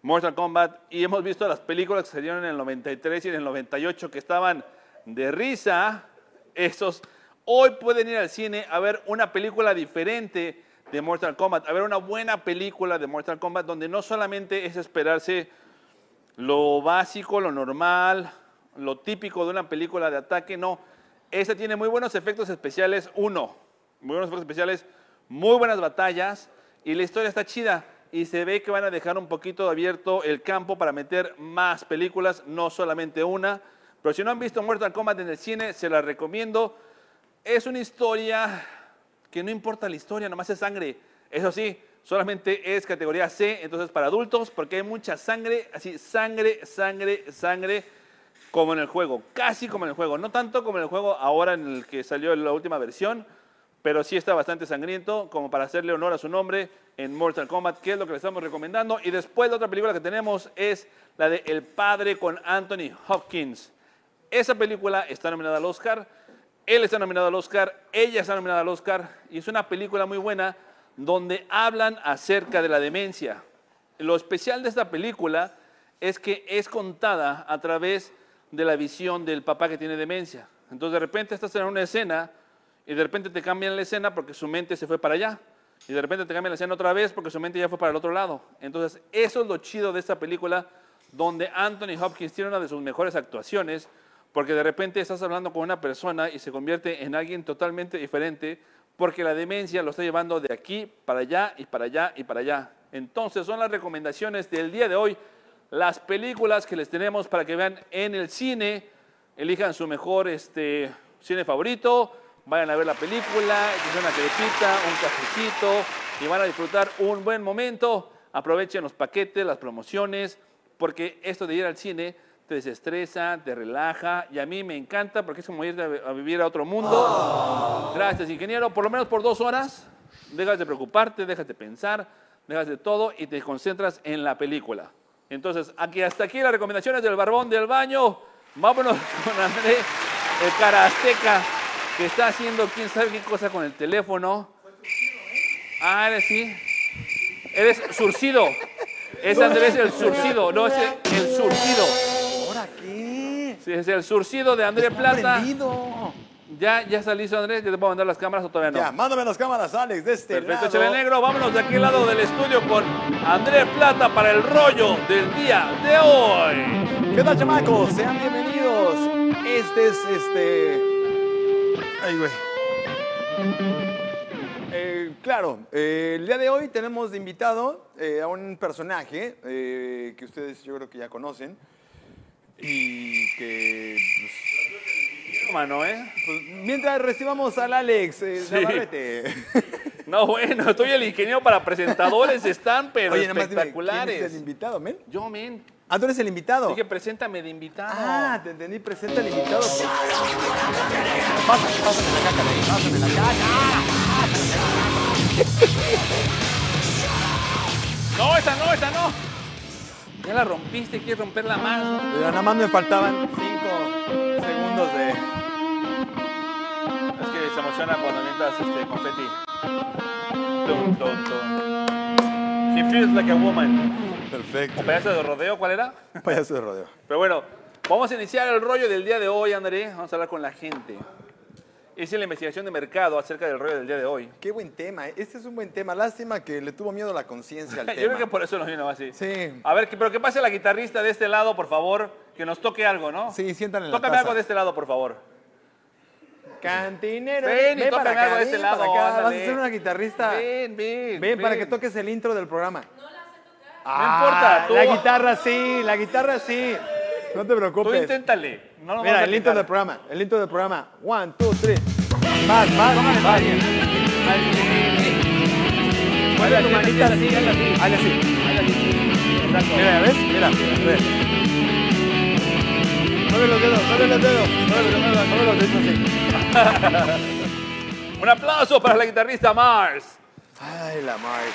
Speaker 1: Mortal Kombat y hemos visto las películas que salieron en el 93 y en el 98 que estaban de risa, esos hoy pueden ir al cine a ver una película diferente de Mortal Kombat, a ver una buena película de Mortal Kombat donde no solamente es esperarse lo básico, lo normal, lo típico de una película de ataque, no. Esta tiene muy buenos efectos especiales, uno. Muy buenos efectos especiales, muy buenas batallas y la historia está chida. Y se ve que van a dejar un poquito abierto el campo para meter más películas, no solamente una. Pero si no han visto Mortal Kombat en el cine, se la recomiendo. Es una historia que no importa la historia, nomás es sangre. Eso sí, solamente es categoría C, entonces para adultos, porque hay mucha sangre, así, sangre, sangre, sangre, como en el juego, casi como en el juego. No tanto como en el juego ahora en el que salió la última versión, pero sí está bastante sangriento, como para hacerle honor a su nombre en Mortal Kombat, que es lo que le estamos recomendando. Y después la otra película que tenemos es la de El Padre con Anthony Hopkins. Esa película está nominada al Oscar. Él está nominado al Oscar, ella está nominada al Oscar. Y es una película muy buena donde hablan acerca de la demencia. Lo especial de esta película es que es contada a través de la visión del papá que tiene demencia. Entonces de repente estás en una escena y de repente te cambian la escena porque su mente se fue para allá. Y de repente te cambian la escena otra vez porque su mente ya fue para el otro lado. Entonces, eso es lo chido de esta película, donde Anthony Hopkins tiene una de sus mejores actuaciones, porque de repente estás hablando con una persona y se convierte en alguien totalmente diferente, porque la demencia lo está llevando de aquí para allá y para allá y para allá. Entonces, son las recomendaciones del día de hoy, las películas que les tenemos para que vean en el cine elijan su mejor este, cine favorito, vayan a ver la película, echen una crepita, un cafecito y van a disfrutar un buen momento. Aprovechen los paquetes, las promociones, porque esto de ir al cine te desestresa, te relaja y a mí me encanta porque es como ir a, a vivir a otro mundo. Gracias, ingeniero. Por lo menos por dos horas, dejas de preocuparte, dejas de pensar, dejas de todo y te concentras en la película. Entonces, aquí hasta aquí las recomendaciones del barbón del baño. Vámonos con André, el cara azteca, que está haciendo quién sabe qué cosa con el teléfono. Ah, eres sí. Eres surcido. Es Andrés el surcido, no es el, el surcido.
Speaker 2: ¿Ahora qué?
Speaker 1: Sí, es el surcido de André Plata.
Speaker 2: Aprendido.
Speaker 1: ¿Ya, ¿Ya está listo, Andrés? ¿Ya te puedo mandar las cámaras o todavía no?
Speaker 2: Ya, mándame las cámaras, Alex, de este
Speaker 1: Perfecto,
Speaker 2: lado.
Speaker 1: Chele Negro. Vámonos de aquel lado del estudio con Andrés Plata para el rollo del día de hoy.
Speaker 2: ¿Qué tal, chamacos? Sean bienvenidos. Este es este. Ay, güey. Eh, claro, eh, el día de hoy tenemos de invitado eh, a un personaje eh, que ustedes yo creo que ya conocen y que pues,
Speaker 1: Mano, ¿eh?
Speaker 2: pues, mientras recibamos al Alex eh,
Speaker 1: Sí.
Speaker 2: Navarrete.
Speaker 1: No, bueno, estoy el ingeniero para presentadores, están pero
Speaker 2: Oye, nada más dime, ¿quién es
Speaker 1: espectaculares.
Speaker 2: el invitado, men?
Speaker 1: Yo, men.
Speaker 2: Ah, tú eres el invitado.
Speaker 1: Dije, preséntame de invitado.
Speaker 2: Ah, te entendí, presenta al invitado. Pásame, pásame la caca de ahí, pásame la caca.
Speaker 1: No, esa no, esa no. Ya la rompiste, quieres romperla más.
Speaker 2: Pero nada más me faltaban 5 segundos de.
Speaker 1: Es que se emociona cuando mientras este confeti. Tum, tum, tum. She feels like a woman.
Speaker 2: Perfecto.
Speaker 1: ¿O pedazo de rodeo cuál era?
Speaker 2: Payaso de rodeo.
Speaker 1: Pero bueno, vamos a iniciar el rollo del día de hoy, André. Vamos a hablar con la gente. Hice la investigación de mercado acerca del rollo del día de hoy.
Speaker 2: Qué buen tema. eh. Este es un buen tema. Lástima que le tuvo miedo la conciencia al
Speaker 1: Yo
Speaker 2: tema.
Speaker 1: creo que por eso nos vino así.
Speaker 2: Sí.
Speaker 1: A ver, que- pero que pase la guitarrista de este lado, por favor, que nos toque algo, ¿no?
Speaker 2: Sí, siéntala en la
Speaker 1: Tócame
Speaker 2: taza.
Speaker 1: algo de este lado, por favor.
Speaker 2: Cantinero,
Speaker 1: Ven y
Speaker 2: ven para
Speaker 1: tócame
Speaker 2: acá,
Speaker 1: algo de este
Speaker 2: ven
Speaker 1: lado.
Speaker 2: para acá. Vas a
Speaker 1: ándale.
Speaker 2: ser una guitarrista. Ven,
Speaker 1: Ven, ven.
Speaker 2: para que toques el intro del programa. No la sé tocar.
Speaker 1: importa, tú-
Speaker 2: La guitarra sí, la guitarra sí. No te
Speaker 1: Tú
Speaker 2: preocupes.
Speaker 1: inténtale. No lo
Speaker 2: Mira,
Speaker 1: vamos a
Speaker 2: el intro
Speaker 1: quitar.
Speaker 2: del programa, el intro del programa. One, two, three. Más, más, más. más. Mueve tu manita así, hazle así. Mira, ¿ya ¿ves? Mira, ve. Mueve los dedos, mueve los dedos. Mueve, mueve, mueve los dedos así.
Speaker 1: Un aplauso para la guitarrista Mars.
Speaker 2: Ay, la Mars.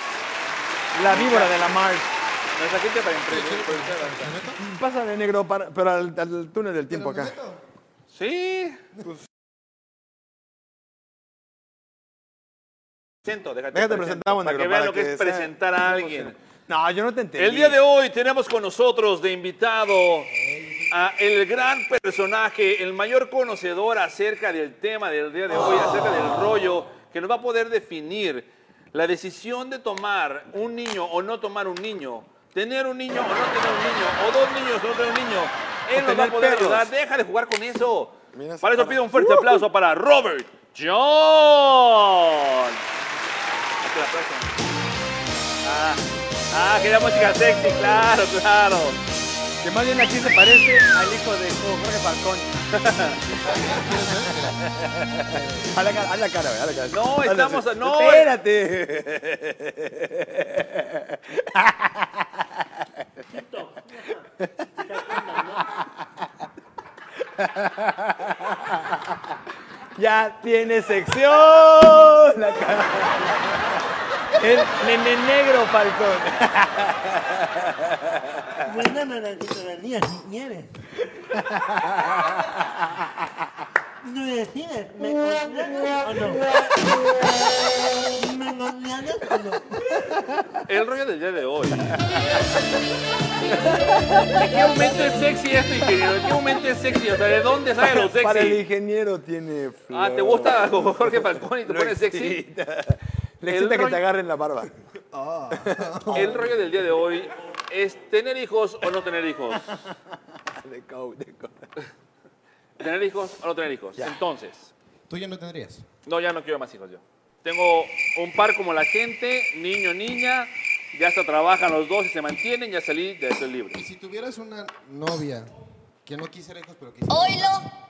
Speaker 2: La víbora de la Mars.
Speaker 1: Nuestra gente para
Speaker 2: pues.
Speaker 1: emprender.
Speaker 2: Pásale, negro, para, pero al, al túnel del tiempo acá.
Speaker 1: Sí. Siento, déjate,
Speaker 2: Déjate
Speaker 1: presento,
Speaker 2: presentamos,
Speaker 1: Para
Speaker 2: negro,
Speaker 1: que vean
Speaker 2: para
Speaker 1: lo que,
Speaker 2: que
Speaker 1: es
Speaker 2: sea-
Speaker 1: presentar a alguien.
Speaker 2: No, yo no te entendí.
Speaker 1: El día de hoy tenemos con nosotros de invitado a el gran personaje, el mayor conocedor acerca del tema del día de hoy, acerca del rollo, que nos va a poder definir la decisión de tomar un niño o no tomar un niño, tener un niño o no tener un niño, o dos niños o no tener un niño. Él
Speaker 2: O
Speaker 1: nos va a
Speaker 2: tener
Speaker 1: poder
Speaker 2: perros.
Speaker 1: ayudar. Deja de jugar con eso.
Speaker 2: Mira esa
Speaker 1: Para eso
Speaker 2: cara. Uh.
Speaker 1: pido un fuerte aplauso para Robert John. Hasta la próxima. Ah, ah, quería música sexy, claro, claro.
Speaker 2: Que más bien aquí se parece al hijo de Jorge Falcón. A la cara, a la cara, güey, a la cara.
Speaker 1: No,
Speaker 2: Hazle
Speaker 1: estamos
Speaker 2: así.
Speaker 1: a- no.
Speaker 2: Espérate. ya tiene sección. La cara. El nene negro Falcón.
Speaker 6: Buena naranjita, la niña, si quieres. Tú decides, ¿me condenas o no? ¿Me condenas o no?
Speaker 1: El rollo del día de hoy. ¿En qué momento es sexy esto, ingeniero? ¿En qué momento es sexy? O sea, ¿de dónde sale lo
Speaker 2: Para el
Speaker 1: sexy?
Speaker 2: ingeniero tiene
Speaker 1: Ah, ¿te
Speaker 2: flor.
Speaker 1: gusta Jorge Falcón y te
Speaker 2: Lo
Speaker 1: pones sexy?
Speaker 2: excita. Le
Speaker 1: El
Speaker 2: excita que te
Speaker 1: rollo-
Speaker 2: agarren la barba.
Speaker 1: El rollo del día de hoy es tener hijos o no tener hijos.
Speaker 2: De cou- de cou-
Speaker 1: Tener hijos o no tener hijos. Entonces,
Speaker 4: Tú ya no tendrías.
Speaker 1: No, ya no quiero más hijos yo. Tengo un par como la gente, niño, niña, ya hasta trabajan los dos y se mantienen, ya salí, ya estoy libre.
Speaker 4: Y si tuvieras una novia que no quisiera hijos, pero quisiera.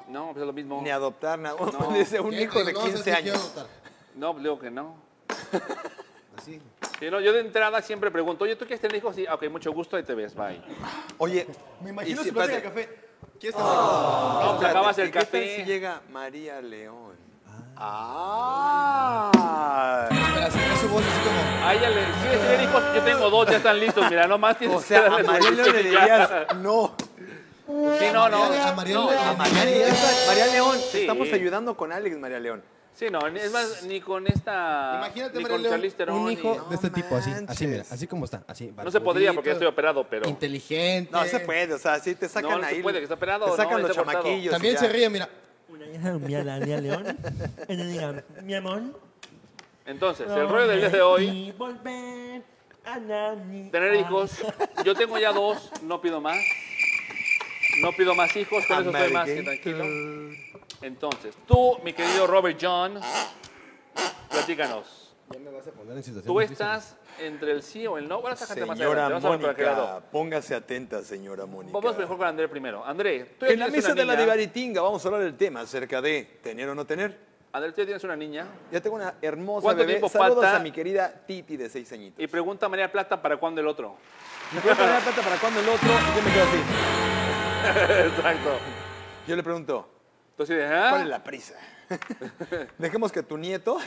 Speaker 1: No, pues es lo mismo.
Speaker 2: Ni adoptar nada. Dice un
Speaker 4: ¿Qué?
Speaker 2: hijo de
Speaker 4: No sé
Speaker 2: 15
Speaker 4: si quiero
Speaker 2: años.
Speaker 4: adoptar.
Speaker 1: No, pues digo que no.
Speaker 4: Así.
Speaker 1: Sí, no, Yo de entrada siempre pregunto, oye, ¿tú quieres tener hijos? Sí, ah, ok, mucho gusto, ahí te ves, bye.
Speaker 2: Oye,
Speaker 3: Me
Speaker 2: y
Speaker 3: imagino
Speaker 2: si-
Speaker 3: su plática de
Speaker 2: espérate,
Speaker 3: café. ¿Quieres
Speaker 4: Ah.
Speaker 3: estar?
Speaker 1: No, te
Speaker 2: espérate,
Speaker 1: pues acabas
Speaker 2: ¿y
Speaker 1: el
Speaker 2: qué tal si
Speaker 1: café.
Speaker 2: llega María León? Ah.
Speaker 4: Pero hacer su voz así como.
Speaker 1: A ella le, si quieres tener hijos, yo tengo dos, ya están listos, mira, nomás tienes
Speaker 2: O sea,
Speaker 1: que
Speaker 2: a
Speaker 1: darle
Speaker 2: María
Speaker 1: su
Speaker 2: León le
Speaker 1: leche y ya.
Speaker 2: dirías no.
Speaker 1: Sí, no, no.
Speaker 4: A María
Speaker 1: No,
Speaker 4: le- a María le-
Speaker 2: María León,
Speaker 1: Sí.
Speaker 2: estamos ayudando con Alex, María León.
Speaker 1: Sí, no, es más, ni con esta...
Speaker 4: Imagínate,
Speaker 1: ni
Speaker 4: María
Speaker 1: con
Speaker 4: León,
Speaker 1: Charlize Theron,
Speaker 4: un
Speaker 1: ni-
Speaker 4: hijo
Speaker 1: No,
Speaker 4: de este tipo, así, así, mira,
Speaker 2: manches.
Speaker 4: así como está, así.
Speaker 1: se podría porque ya estoy
Speaker 4: barbudito,
Speaker 1: operado, pero...
Speaker 4: Inteligente.
Speaker 2: No se puede, o sea, sí te sacan
Speaker 1: no se
Speaker 2: ahí.
Speaker 1: puede, que está operado,
Speaker 2: Te
Speaker 1: no,
Speaker 2: sacan los
Speaker 1: está cortado.
Speaker 2: chamaquillos. y
Speaker 4: También
Speaker 2: ya.
Speaker 4: se ríe, mira.
Speaker 6: una hija de a Daniel León y le digan, mi amor,
Speaker 1: Entonces, el rollo del día de hoy,
Speaker 6: prometí volver a Nani-
Speaker 1: tener
Speaker 6: a-
Speaker 1: hijos. Yo tengo ya dos, no pido más. No pido más hijos, con eso estoy más que tranquilo. Entonces, tú, mi querido Robert John, platícanos. ¿Tú estás entre el sí o el no? Bueno, esa gente más
Speaker 2: Señora
Speaker 1: adelante, vamos a ver por aquel lado.
Speaker 2: Mónica, póngase atenta, señora Mónica.
Speaker 1: Vamos mejor con André primero. André, tú ya
Speaker 2: En la
Speaker 1: tienes
Speaker 2: mesa
Speaker 1: una
Speaker 2: de la
Speaker 1: niña.
Speaker 2: divaritinga vamos a hablar del tema acerca de tener o no tener.
Speaker 1: André, tú ya tienes una niña.
Speaker 2: Ya tengo una hermosa
Speaker 1: ¿Cuánto
Speaker 2: bebé.
Speaker 1: tiempo
Speaker 2: Saludos
Speaker 1: falta?
Speaker 2: a mi querida Titi de seis añitos.
Speaker 1: Y pregunta a María Plata para cuándo el otro.
Speaker 2: Me quiero poner la plata para cuando el otro. Y yo me quedo así.
Speaker 1: Exacto.
Speaker 2: Yo le pregunto,
Speaker 1: Entonces,
Speaker 2: ¿cuál es
Speaker 1: ¿ah?
Speaker 2: la prisa? Dejemos que tu nieto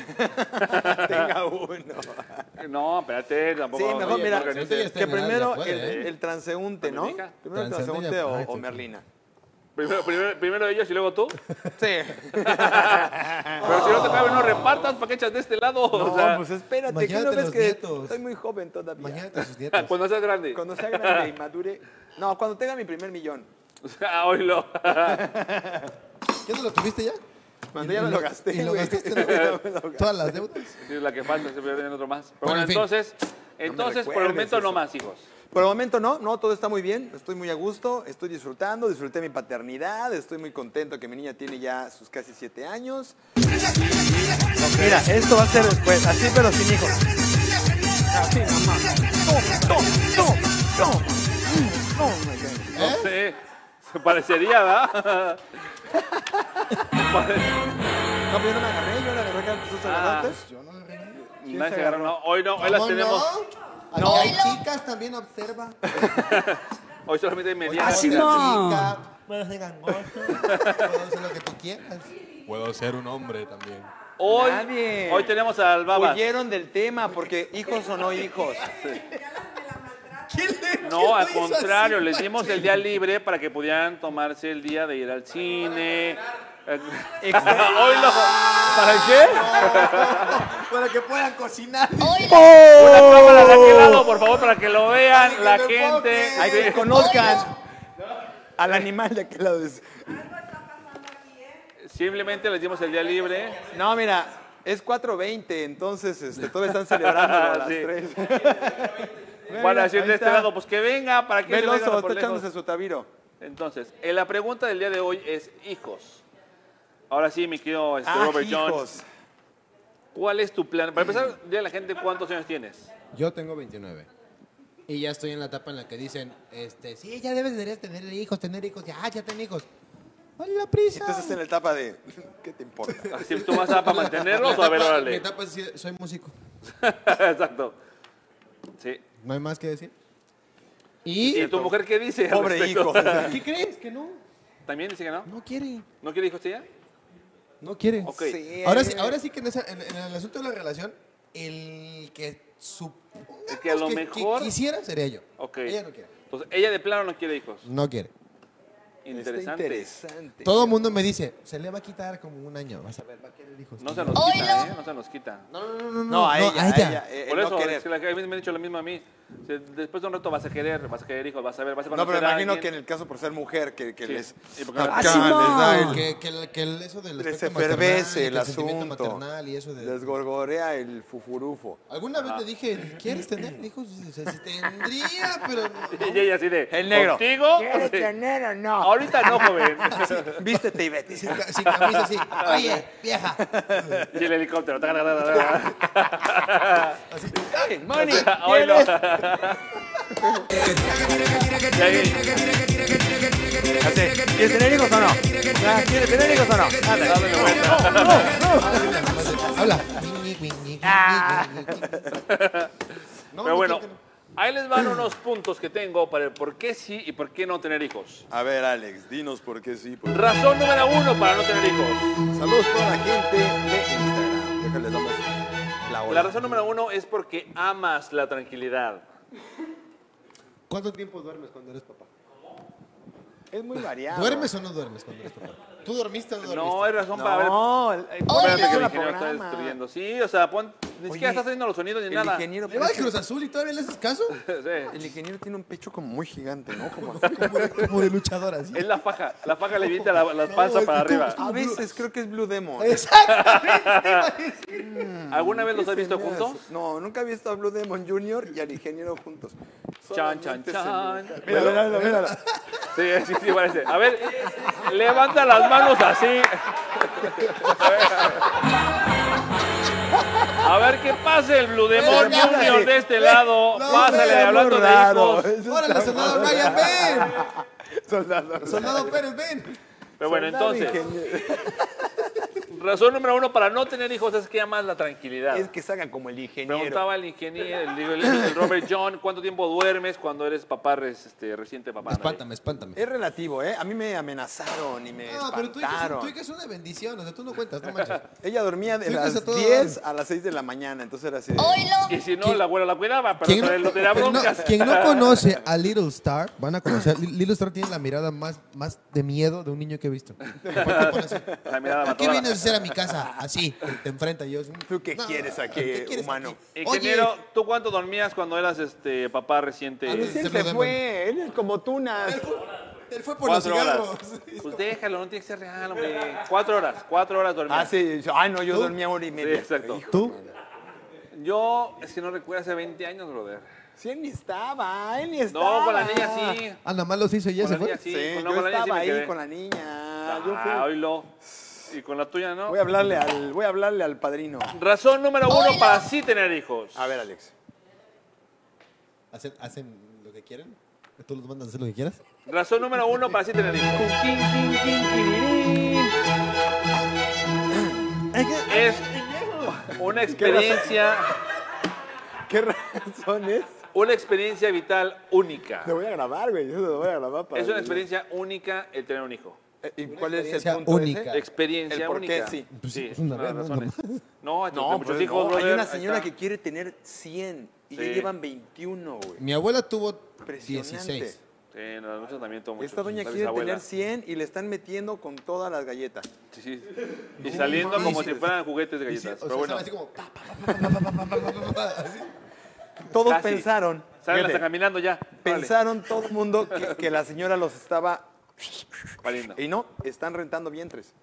Speaker 2: tenga uno.
Speaker 1: No, espérate,
Speaker 2: Sí,
Speaker 1: tampoco.
Speaker 2: mejor
Speaker 1: Oye,
Speaker 2: mira,
Speaker 1: porque
Speaker 4: ahorita ya
Speaker 1: dice-
Speaker 4: está
Speaker 2: que
Speaker 4: en edad, ya
Speaker 2: primero el,
Speaker 4: puede,
Speaker 1: ¿eh?
Speaker 2: el transeúnte, ¿no?
Speaker 1: Dominica.
Speaker 2: Primero el
Speaker 4: Transeúnte ya-
Speaker 2: transeúnte
Speaker 4: ah,
Speaker 2: o-
Speaker 4: está
Speaker 2: o
Speaker 4: bien.
Speaker 2: Merlina.
Speaker 1: Primero, primero, primero ellos y luego tú.
Speaker 2: Sí.
Speaker 1: Pero si no te cabe, no repartas, ¿para qué echas de este lado?
Speaker 2: Ah. No,
Speaker 1: o sea,
Speaker 2: pues espérate, que
Speaker 4: mañana
Speaker 2: no
Speaker 4: de
Speaker 2: ves
Speaker 4: los
Speaker 2: que
Speaker 4: nietos.
Speaker 2: estoy muy joven todavía.
Speaker 4: Mañana con sus nietos.
Speaker 2: Pues,
Speaker 1: cuando seas grande.
Speaker 2: Cuando sea grande y madure. No, cuando tenga mi primer millón.
Speaker 1: Ah, oílo.
Speaker 4: ¿Qué no lo tuviste ya?
Speaker 2: Cuando ya me lo gasté.
Speaker 4: ¿Y lo
Speaker 2: güey.
Speaker 4: gastaste? ¿no? Todas las deudas.
Speaker 1: Sí, la que falta, siempre viene otro más. Pero
Speaker 4: Bueno,
Speaker 1: bueno,
Speaker 4: en fin.
Speaker 1: entonces, entonces por el
Speaker 2: recuerdes
Speaker 1: momento no
Speaker 2: eso.
Speaker 1: más, hijos.
Speaker 2: Por el momento no, no, todo está muy bien, estoy muy a gusto, estoy disfrutando, disfruté mi paternidad, estoy muy contento que mi niña tiene ya sus casi siete años. Mira, esto va a ser después, así pero sin hijos. Así nomás. Toma, toma, toma, toma. Mm, toma, güey.
Speaker 1: No sé. Se parecería, ¿verdad?
Speaker 2: No, pero yo no me agarré, yo la agarré acá, pues, esos agarrotes.
Speaker 1: Nadie se agarró, no. Hoy no, hoy las
Speaker 4: ¿Cómo
Speaker 1: tenemos.
Speaker 4: No? Aquí hay chicas también, observa.
Speaker 1: Hoy solamente hay
Speaker 2: Ah,
Speaker 1: medianas.
Speaker 4: Así no.
Speaker 6: Bueno, se gangoso.
Speaker 4: Puedo hacer lo que tú quieras.
Speaker 5: Puedo ser un hombre también.
Speaker 1: Hoy,
Speaker 2: Nadie.
Speaker 1: hoy tenemos al Babas.
Speaker 2: Huyeron del tema porque hijos o no hijos.
Speaker 1: No, al contrario, les dimos el día libre para que pudieran tomarse el día de ir al cine. Hoy lo. ¿Para qué?
Speaker 3: Para que puedan cocinar.
Speaker 1: La cámara de aquel lado, por favor, para que lo vean la gente.
Speaker 2: Hay que conozcan al animal de aquel lado. dice.
Speaker 1: Simplemente les dimos el día libre.
Speaker 2: No, mira, es 4.20, entonces este, todavía están celebrando a las
Speaker 1: Sí.
Speaker 2: 3.
Speaker 1: Para decir de este lado, pues que venga, para que
Speaker 2: Ve el
Speaker 1: se vengan
Speaker 2: oso, está
Speaker 1: por lejos.
Speaker 2: echándose su tabiro.
Speaker 1: Entonces, eh, la pregunta del día de hoy es hijos. Ahora sí, mi querido este,
Speaker 2: Ah,
Speaker 1: Robert John,
Speaker 2: hijos.
Speaker 1: ¿cuál es tu plan? Para empezar, dile a la gente cuántos años tienes.
Speaker 7: Yo tengo 29. Y ya estoy en la etapa en la que dicen, este, sí, ya debes deberías tener hijos, tener hijos, ya, ya ten hijos. ¿Cuál es la prisa?
Speaker 2: Entonces en la etapa de, ¿qué te importa?
Speaker 1: Si tú vas a para mantenerlos o a ver,
Speaker 7: etapa- mi
Speaker 1: órale.
Speaker 7: etapa es decir, soy músico.
Speaker 1: Exacto. Sí.
Speaker 4: No hay más que decir.
Speaker 7: ¿Y?
Speaker 1: ¿Y tu mujer qué dice? al
Speaker 2: Pobre
Speaker 1: respecto?
Speaker 2: hijo.
Speaker 7: ¿Qué crees? Que no,
Speaker 1: ¿También dice que no?
Speaker 7: no quiere,
Speaker 1: ¿No quiere hijos ella?
Speaker 7: no quiere.
Speaker 1: Ok. Eh,
Speaker 2: Sí,
Speaker 4: Ahora sí, ahora sí que en, esa- en- en el asunto de la relación, el que supongamos
Speaker 1: Que a lo mejor-
Speaker 4: quisiera sería yo.
Speaker 1: Ok.
Speaker 4: Ella no quiere.
Speaker 1: Entonces, ella de plano no quiere hijos.
Speaker 4: No quiere.
Speaker 2: Está
Speaker 1: Interesante.
Speaker 2: interesante.
Speaker 4: Todo el mundo me dice, se le va a quitar como un año, vas a ver, va a querer hijos.
Speaker 1: No se nos quita, ¿eh? No se nos quita.
Speaker 2: No, a
Speaker 4: no,
Speaker 2: ella,
Speaker 4: a
Speaker 2: a
Speaker 4: ella.
Speaker 2: ella, eh,
Speaker 1: Por
Speaker 2: el
Speaker 1: eso,
Speaker 2: no querer.
Speaker 1: es que la- a mí me han dicho lo mismo a mí. Si Después de un rato vas a querer, vas a querer hijos, vas a ver, vas a
Speaker 2: No,
Speaker 1: conocer
Speaker 2: pero me
Speaker 1: a
Speaker 2: imagino
Speaker 1: alguien.
Speaker 2: que en el caso por ser mujer, que, que
Speaker 1: Sí.
Speaker 2: les...
Speaker 1: Sí, porque-
Speaker 2: acá
Speaker 1: ¡Ah,
Speaker 2: les da el-
Speaker 4: Que, que el- que el- eso del
Speaker 2: les
Speaker 4: aspecto maternal y
Speaker 2: efervesce
Speaker 4: que
Speaker 2: el
Speaker 4: sentimiento
Speaker 2: asunto.
Speaker 4: maternal y eso de...
Speaker 2: Les gorgorea el fufurufo.
Speaker 4: Alguna vez le dije, ¿quieres tener hijos? Y dice, "Sí, tendría, pero no".
Speaker 1: Y ella así de.
Speaker 2: El negro.
Speaker 1: ¿Contigo?
Speaker 6: ¿Quieres
Speaker 1: Sí.
Speaker 6: tener o no?
Speaker 1: Ahorita no, joven.
Speaker 2: Vístete y vete.
Speaker 4: Sin, ca- sin camisa, así. Oye, vieja.
Speaker 1: y el helicóptero. ta, ta, ta, ta, ta.
Speaker 2: Ay, Moni,
Speaker 1: Hoy no.
Speaker 2: ¿quieres?
Speaker 1: Y ahí,
Speaker 2: Así, ¿Quieres tener hijos o no? Ah, ¿Quieres tener hijos o no? Ándale.
Speaker 1: dándole vuelta.
Speaker 4: Habla. No,
Speaker 1: Pero
Speaker 4: no
Speaker 1: bueno,
Speaker 4: creo que
Speaker 1: ahí les van unos puntos que tengo para el por qué sí y por qué no tener hijos.
Speaker 2: A ver, Alex, dinos por qué sí. por-
Speaker 1: Razón número uno para no tener hijos.
Speaker 2: Saludos para la gente de Instagram. Déjale, damos la
Speaker 1: La
Speaker 2: hora.
Speaker 1: razón número uno es porque amas la tranquilidad.
Speaker 4: no. ¿Cuánto tiempo duermes cuando eres papá?
Speaker 2: Es muy variado.
Speaker 4: Ah, ¿Duermes o no duermes cuando eres papá? ¿Tú dormiste o no dormiste?
Speaker 1: No, hay razón para ver. Oh,
Speaker 2: No, el- el-
Speaker 1: Espérate
Speaker 2: es
Speaker 1: que el
Speaker 2: una
Speaker 1: ingeniero está
Speaker 2: programa.
Speaker 1: destruyendo. Sí, o sea, pon, Ni siquiera está saliendo los sonidos ni
Speaker 2: El
Speaker 1: nada.
Speaker 2: ingeniero,
Speaker 7: ¿Le va al Cruz Azul y todavía le haces caso?
Speaker 1: Sí.
Speaker 2: el ingeniero tiene un pecho como muy gigante, ¿no? Como-
Speaker 6: Como de, como de luchador así.
Speaker 1: Es la faja. La faja le evita la, la panza
Speaker 6: es
Speaker 1: para
Speaker 6: que tú-
Speaker 1: arriba.
Speaker 2: a veces creo que es Blue Demon.
Speaker 6: Exactamente.
Speaker 1: ¿Alguna vez los has visto
Speaker 2: Se me
Speaker 1: juntos?
Speaker 2: hace- No, nunca he visto a Blue Demon Jr. y al ingeniero juntos.
Speaker 1: Chan, chan,
Speaker 2: Solamente se
Speaker 1: chan.
Speaker 2: me-
Speaker 5: Mírala, mírala, mírala.
Speaker 1: Sí, sí, sí, parece. A ver, levanta las manos así. A ver qué pasa el Blue Demon
Speaker 6: Pero no,
Speaker 1: Junior
Speaker 6: sí.
Speaker 1: de este lado.
Speaker 6: No,
Speaker 1: Pásale
Speaker 6: está
Speaker 1: hablando de
Speaker 2: Raro.
Speaker 1: hijos.
Speaker 6: Órale, soldado Ryan, ven.
Speaker 2: Soldado.
Speaker 6: Soldado Pérez, ven.
Speaker 1: Pero bueno, entonces,
Speaker 2: Ingeniero.
Speaker 1: razón número uno para no tener hijos es que amas la tranquilidad.
Speaker 2: Es que salgan como el ingeniero.
Speaker 1: Preguntaba el ingeniero, el, el- el Robert John, ¿cuánto tiempo duermes cuando eres papá res- este, reciente papá?
Speaker 4: Pues,
Speaker 1: ¿no?
Speaker 7: Espántame, espántame.
Speaker 2: Es relativo, ¿eh? A mí me amenazaron y me
Speaker 7: No, Ah, pero tú
Speaker 2: espantaron.
Speaker 7: tú es una bendición, o sea, tú no cuentas, no manches.
Speaker 2: Ella dormía de
Speaker 7: tú dices a
Speaker 2: las
Speaker 7: todo
Speaker 2: 10 a las 6 de la mañana, entonces era así. de-
Speaker 1: Y si no, la abuela la cuidaba, pero
Speaker 4: ¿Quién, Pues
Speaker 1: no, le daba
Speaker 4: no,
Speaker 1: broncas.
Speaker 4: quien no conoce a Little Star, van a conocer. Li- Little Star tiene la mirada más, más de miedo de un niño que he visto.
Speaker 1: La mirada
Speaker 7: ¿Qué
Speaker 1: matadora.
Speaker 7: vienes a hacer a mi casa? Así, te enfrenta y yo.
Speaker 2: ¿Tú qué quieres aquí, humano?
Speaker 1: Ingeniero, ¿tú cuánto dormías cuando eras este papá reciente?
Speaker 7: A mí sí.
Speaker 2: "Pues, Él
Speaker 7: Se
Speaker 2: se
Speaker 7: lo
Speaker 2: fue, él es como tunas.
Speaker 7: Él fue por los
Speaker 1: Cuatro horas.
Speaker 7: cigarros.
Speaker 1: Pues déjalo, no tiene que ser real, hombre. Cuatro horas, cuatro horas dormías.
Speaker 2: Ah, sí, yo- ay no, yo dormía hora y
Speaker 1: Sí,
Speaker 2: media.
Speaker 1: exacto.
Speaker 4: ¿Tú?
Speaker 1: Yo, es que no recuerdo, hace 20 años, brother.
Speaker 2: Sí, él ni estaba, él ni
Speaker 1: No,
Speaker 2: estaba.
Speaker 1: con la niña sí.
Speaker 4: Ah, nada más los hizo y ya
Speaker 1: Con
Speaker 4: se
Speaker 1: la niña
Speaker 4: fue.
Speaker 1: sí.
Speaker 2: Sí,
Speaker 1: con, no,
Speaker 2: yo
Speaker 1: con la niña sí
Speaker 2: estaba
Speaker 1: me
Speaker 2: ahí
Speaker 1: quedé.
Speaker 2: con la niña. Yo fui-
Speaker 1: Ah, oílo. Y con la tuya, ¿no?
Speaker 2: Voy a hablarle al, voy a hablarle al padrino.
Speaker 1: Razón número uno para sí tener hijos.
Speaker 2: A ver, Alex.
Speaker 7: ¿Hacen, hacen lo que quieren? ¿Tú los mandas a hacer lo que quieras?
Speaker 1: Razón número uno para sí tener hijos. Es una experiencia,
Speaker 2: ¿Qué razones?
Speaker 1: una experiencia vital única.
Speaker 2: Lo voy a grabar, güey. Yo lo voy a grabar para.
Speaker 1: Es una experiencia única el tener un hijo.
Speaker 2: Eh, ¿Y cuál es el
Speaker 7: experiencia
Speaker 2: punto
Speaker 7: única.
Speaker 2: ese?
Speaker 1: Experiencia
Speaker 2: El por qué,
Speaker 1: única.
Speaker 2: sí.
Speaker 1: sí, es
Speaker 4: una
Speaker 1: una de las
Speaker 4: vez,
Speaker 1: razones. No, no,
Speaker 2: No,
Speaker 1: muchos
Speaker 2: pues
Speaker 1: hijos,
Speaker 2: no. Hay
Speaker 1: brother,
Speaker 2: una
Speaker 1: ahí
Speaker 2: señora
Speaker 1: está.
Speaker 2: que quiere tener 100 y ya
Speaker 1: Sí.
Speaker 2: llevan 21, güey.
Speaker 7: Mi abuela tuvo
Speaker 2: Impresionante.
Speaker 7: 16.
Speaker 1: Sí, no, nosotros también tomo muchos,
Speaker 2: Esta doña
Speaker 1: la
Speaker 2: quiere
Speaker 1: bisabuela.
Speaker 2: tener 100 y le están metiendo con todas las galletas.
Speaker 1: Sí, sí. Y saliendo como si
Speaker 7: manches.
Speaker 1: fueran juguetes de
Speaker 7: Y sí,
Speaker 1: galletas.
Speaker 7: o sea,
Speaker 1: Pero bueno,
Speaker 7: estaba así como. pa, pa, pa, pa, pa, pa, pa, pa, pa, pa, así.
Speaker 2: Todos
Speaker 1: Casi.
Speaker 2: pensaron,
Speaker 1: Ah, salen
Speaker 2: fíjate,
Speaker 1: hasta caminando ya.
Speaker 2: pensaron todo el mundo que, que la señora los estaba
Speaker 1: Vale, valiendo.
Speaker 2: y no, están rentando vientres.